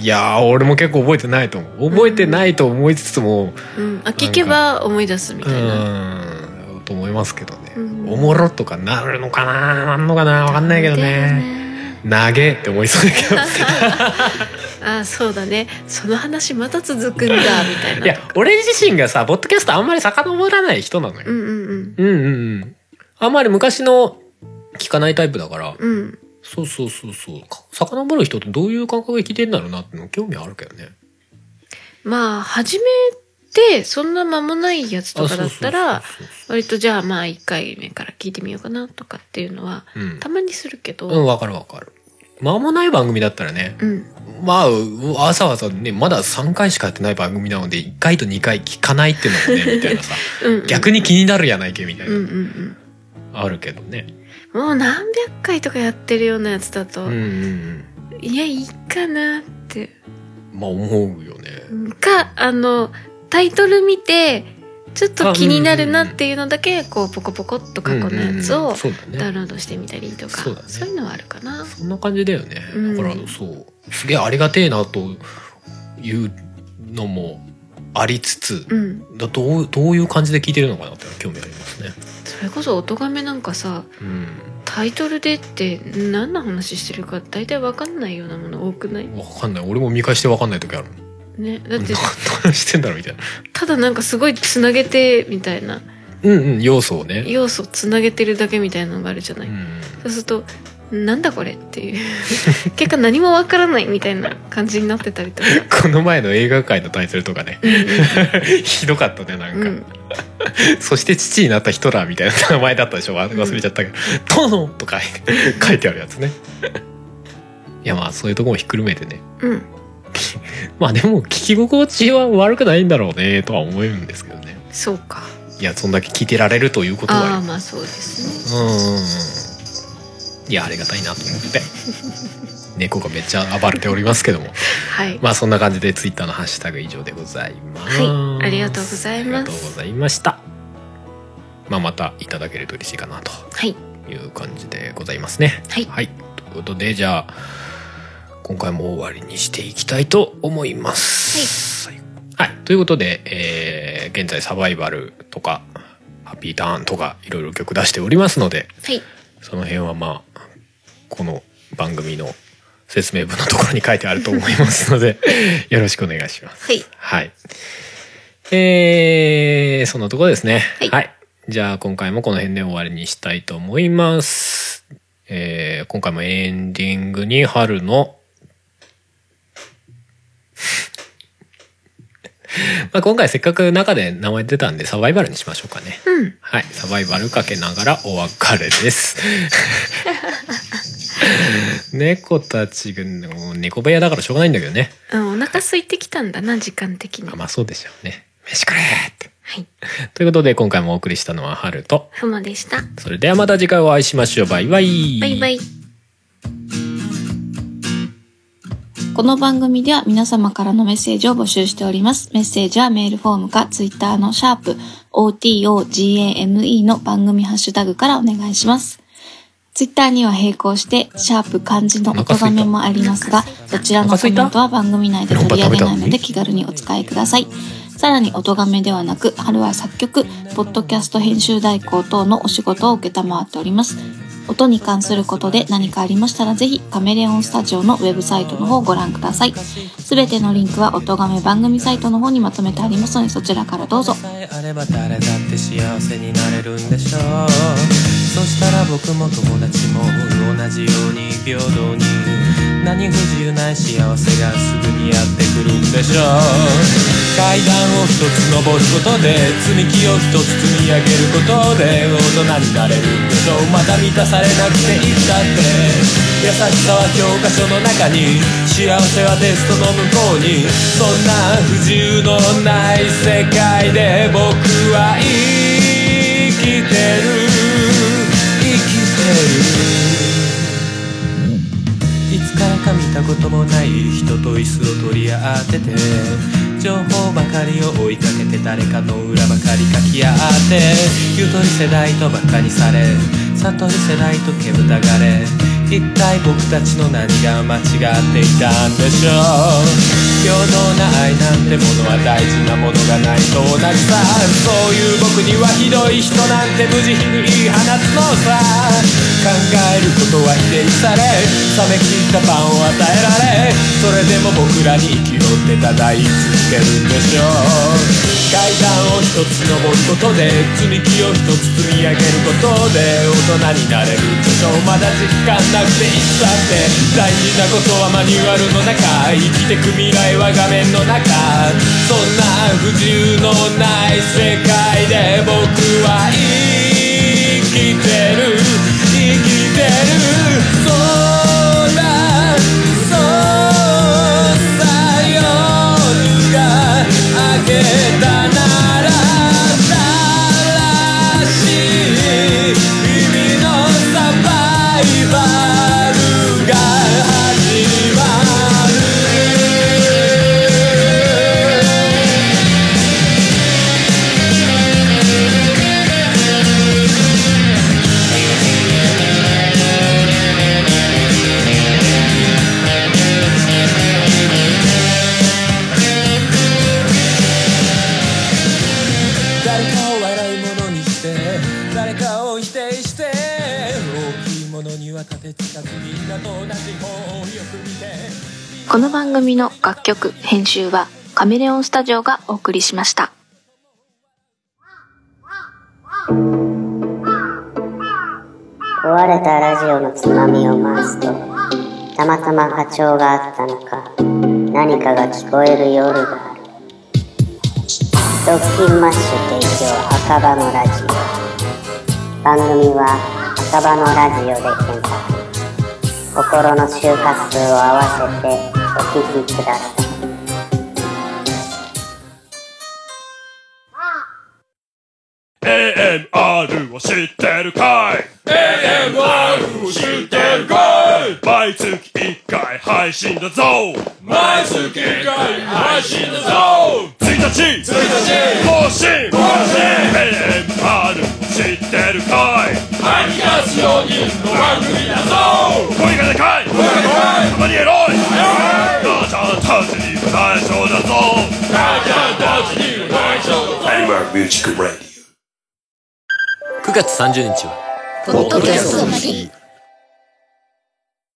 [SPEAKER 1] いやー俺も結構覚えてないと思う覚えてないと思いつつも、
[SPEAKER 2] うんあ聞けば思い出すみ
[SPEAKER 1] う
[SPEAKER 2] たいな
[SPEAKER 1] ーんと思いますけどね、
[SPEAKER 2] うん
[SPEAKER 1] おもろとかなるのかななんのかなわかんないけどね長えって思いそうだけ
[SPEAKER 2] ああそうだねその話また続くんだみたい
[SPEAKER 1] ど
[SPEAKER 2] ない
[SPEAKER 1] や俺自身がさポッドキャストあんまり遡らない人なの
[SPEAKER 2] う
[SPEAKER 1] よ、
[SPEAKER 2] んう
[SPEAKER 1] う
[SPEAKER 2] ん
[SPEAKER 1] ん、うんうんあんまり昔の聞かないタイプだから
[SPEAKER 2] うんうん
[SPEAKER 1] そうそうそうそうか遡る人ってどういう感覚で聞いてんだろうなっての興味あるけどね
[SPEAKER 2] まあ初めてそんな間もないやつとかだった
[SPEAKER 1] あそ
[SPEAKER 2] ら
[SPEAKER 1] うそうそう
[SPEAKER 2] 割とじゃあまあ1回目から聞いてみようかなとかっていうのは
[SPEAKER 1] そううん
[SPEAKER 2] たまにするけど、
[SPEAKER 1] うんわかるわかる間もない番組だったらね
[SPEAKER 2] うん、
[SPEAKER 1] まあうわざわざねまだ3回しかやってない番組なので1回と2回聞かないっていうのも
[SPEAKER 2] [laughs]
[SPEAKER 1] ねみたいなさ
[SPEAKER 2] うんうん、
[SPEAKER 1] 逆に気になるやないけみたい
[SPEAKER 2] うんう
[SPEAKER 1] な、
[SPEAKER 2] んうん
[SPEAKER 1] あるけどね
[SPEAKER 2] もう何百回とかやってるようなやつだと、
[SPEAKER 1] うんうんうん
[SPEAKER 2] いやいいかなって
[SPEAKER 1] まあ思うよね
[SPEAKER 2] かあのタイトル見てちょっと気になるなっていうのだけこうポコポコっと過去のやつ
[SPEAKER 1] うんうんう
[SPEAKER 2] を
[SPEAKER 1] んそうだね
[SPEAKER 2] ダウンロードしてみたりとか、
[SPEAKER 1] そうだね
[SPEAKER 2] いうのはあるかな。
[SPEAKER 1] そんな感じだよね、
[SPEAKER 2] うん
[SPEAKER 1] だからそうすげえありがてえなというのもありつつ、
[SPEAKER 2] うん、
[SPEAKER 1] だどうどういう感じで聞いてるのかなって興味ありますね
[SPEAKER 2] それこそ音がめなんかさ
[SPEAKER 1] うん
[SPEAKER 2] タイトルでって何の話してるか大体わかんないようなもの多くない
[SPEAKER 1] わかんない俺も見返してわかんない時ある
[SPEAKER 2] ねだ
[SPEAKER 1] [laughs]
[SPEAKER 2] っ
[SPEAKER 1] 何
[SPEAKER 2] て
[SPEAKER 1] の話してんだろうみたいな
[SPEAKER 2] ただなんかすごいつなげてみたいな
[SPEAKER 1] うんうん要素をね
[SPEAKER 2] 要素つなげてるだけみたいなのがあるじゃな
[SPEAKER 1] う
[SPEAKER 2] い、
[SPEAKER 1] ん
[SPEAKER 2] そうするとなんだこれっていう [laughs] 結果何もわからないみたいな感じになってたりとか。
[SPEAKER 1] [laughs] この前の映画界のタイトルとかね [laughs]
[SPEAKER 2] うんうん
[SPEAKER 1] ひどかったねなんか、
[SPEAKER 2] うん
[SPEAKER 1] [laughs] そして父になったヒトラーみたいな名前だったでしょわ忘れちゃったけど「殿、とか書い [laughs] てあるやつねいやまあそういうとこもひっくるめてね
[SPEAKER 2] うん
[SPEAKER 1] まあでも聞き心地は悪くないんだろうねとは思うんですけどね
[SPEAKER 2] そうか。
[SPEAKER 1] いやそんだけ聞いてられるということ
[SPEAKER 2] ああ
[SPEAKER 1] は
[SPEAKER 2] ー、まあそうですね。
[SPEAKER 1] うんうんうんいやありがたいなと思って猫がめっちゃ暴れておりますけども
[SPEAKER 2] はい。
[SPEAKER 1] まあそんな感じでツイッターのハッシュタグ以上でございます。
[SPEAKER 2] はいありがとうござい
[SPEAKER 1] あ
[SPEAKER 2] ます
[SPEAKER 1] りがとうございました。まあまたいただけると嬉しいかなと
[SPEAKER 2] はい。
[SPEAKER 1] いう感じでございますね。
[SPEAKER 2] はい。
[SPEAKER 1] はい。ということでじゃあ今回も終わりにしていきたいと思います。はい。はいということで、えー現在サバイバルとかハッピーターンとかいろいろ曲出しておりますので
[SPEAKER 2] はい。
[SPEAKER 1] その辺はまあこの番組の説明文のところに書いてあると思いますので [laughs] よろしくお願いします。
[SPEAKER 2] はい。
[SPEAKER 1] はい。えー、そんなところですね。
[SPEAKER 2] はい
[SPEAKER 1] じゃあ今回もこの辺で終わりにしたいと思います。えー、今回もエンディングに春の [laughs] まあ今回せっかく中で名前出たんでサバイバルにしましょうかね。
[SPEAKER 2] うん。
[SPEAKER 1] はい、サバイバルかけながらお別れ
[SPEAKER 2] [laughs]
[SPEAKER 1] です。猫たちが、もう猫部屋だからしょうがないんだけどね。
[SPEAKER 2] うん、お腹空いてきたんだな、時間的に。
[SPEAKER 1] あ
[SPEAKER 2] は
[SPEAKER 1] まあそうでしょうね。飯食れーって。
[SPEAKER 2] い。
[SPEAKER 1] ということで今回もお送りしたのはハルと。
[SPEAKER 2] ふもでした。
[SPEAKER 1] それではまた次回お会いしましょう。バイバイ。
[SPEAKER 2] バイバイ。
[SPEAKER 3] この番組では皆様からのメッセージを募集しております。メッセージはメールフォームかツイッターのシャープ otogame の番組ハッシュタグからお願いします。ツイッターには並行して、シャープ漢字の音がめもありますが、そちらのコメントは番組内で取り上げないので気軽にお使いください。さらに音がめではなく、春は作曲、ポッドキャスト編集代行等のお仕事を受けたまわっております。音に関することで何かありましたらぜひカメレオンスタジオのウェブサイトの方をご覧くださいすべてのリンクは音がめ番組サイトの方にまとめてありますのでそちらからどうぞ
[SPEAKER 4] さえあれば誰だって幸せになれるんでしょうそしたら僕も友達も同じように平等に何不自由ない幸せがすぐにやってくるんでしょう階段を一つ登ることで積み木を一つ積み上げることで大人になれるんでしょうまた満たされなくていいんだって優しさは教科書の中に幸せはテストの向こうにそんな不自由のない世界で僕は生きてる生きてるいつからか見たこともない人と椅子を取り合ってて情報ばかりを追いかけて誰かの裏ばかり書き合ってゆとり世代とバカにされ悟り世代と煙たがれ一体僕たちの何が間違っていたんでしょう平等な愛なんてものは大事なものがないと同じさそういう僕にはひどい人なんて無慈悲に言い放つのさ考えることは否定され冷め切ったパンを与えられそれでも僕らに生きろって叩い続けるんでしょう階段を一つ登ることで積み木を一つ積み上げることで大人になれるでしょうまだ実感なくていつだって大事なことはマニュアルの中生きてく未来は画面の中そんな不自由のない世界で僕は生きてる生きてるそうだそうさ夜が明けたなら新しい意味のサバイバルが始まる誰かを笑い物にして誰かを否定して大きいものには立てつかずみんなと同じ方をよく見て
[SPEAKER 3] この番組の楽曲編集はカメレオンスタジオがお送りしました
[SPEAKER 5] 壊れたラジオのつまみを回すとたまたま波長があったのか何かが聞こえる夜がある「ドッキンマッシュ提供赤羽のラジオ」番組は赤羽のラジオで検索心の周波数を合わせてお聞きください
[SPEAKER 6] 毎月1回配信だぞ毎月1回配信だぞ1日1日更新更新 AMR 知ってるかいアニガス4人の番組だぞ声がでかい声がでかいたまにエロいガチャたちに大将だぞガチャたちに大将だぞ AMR Music Radio
[SPEAKER 4] 9月30日は
[SPEAKER 1] ポッドキャストの日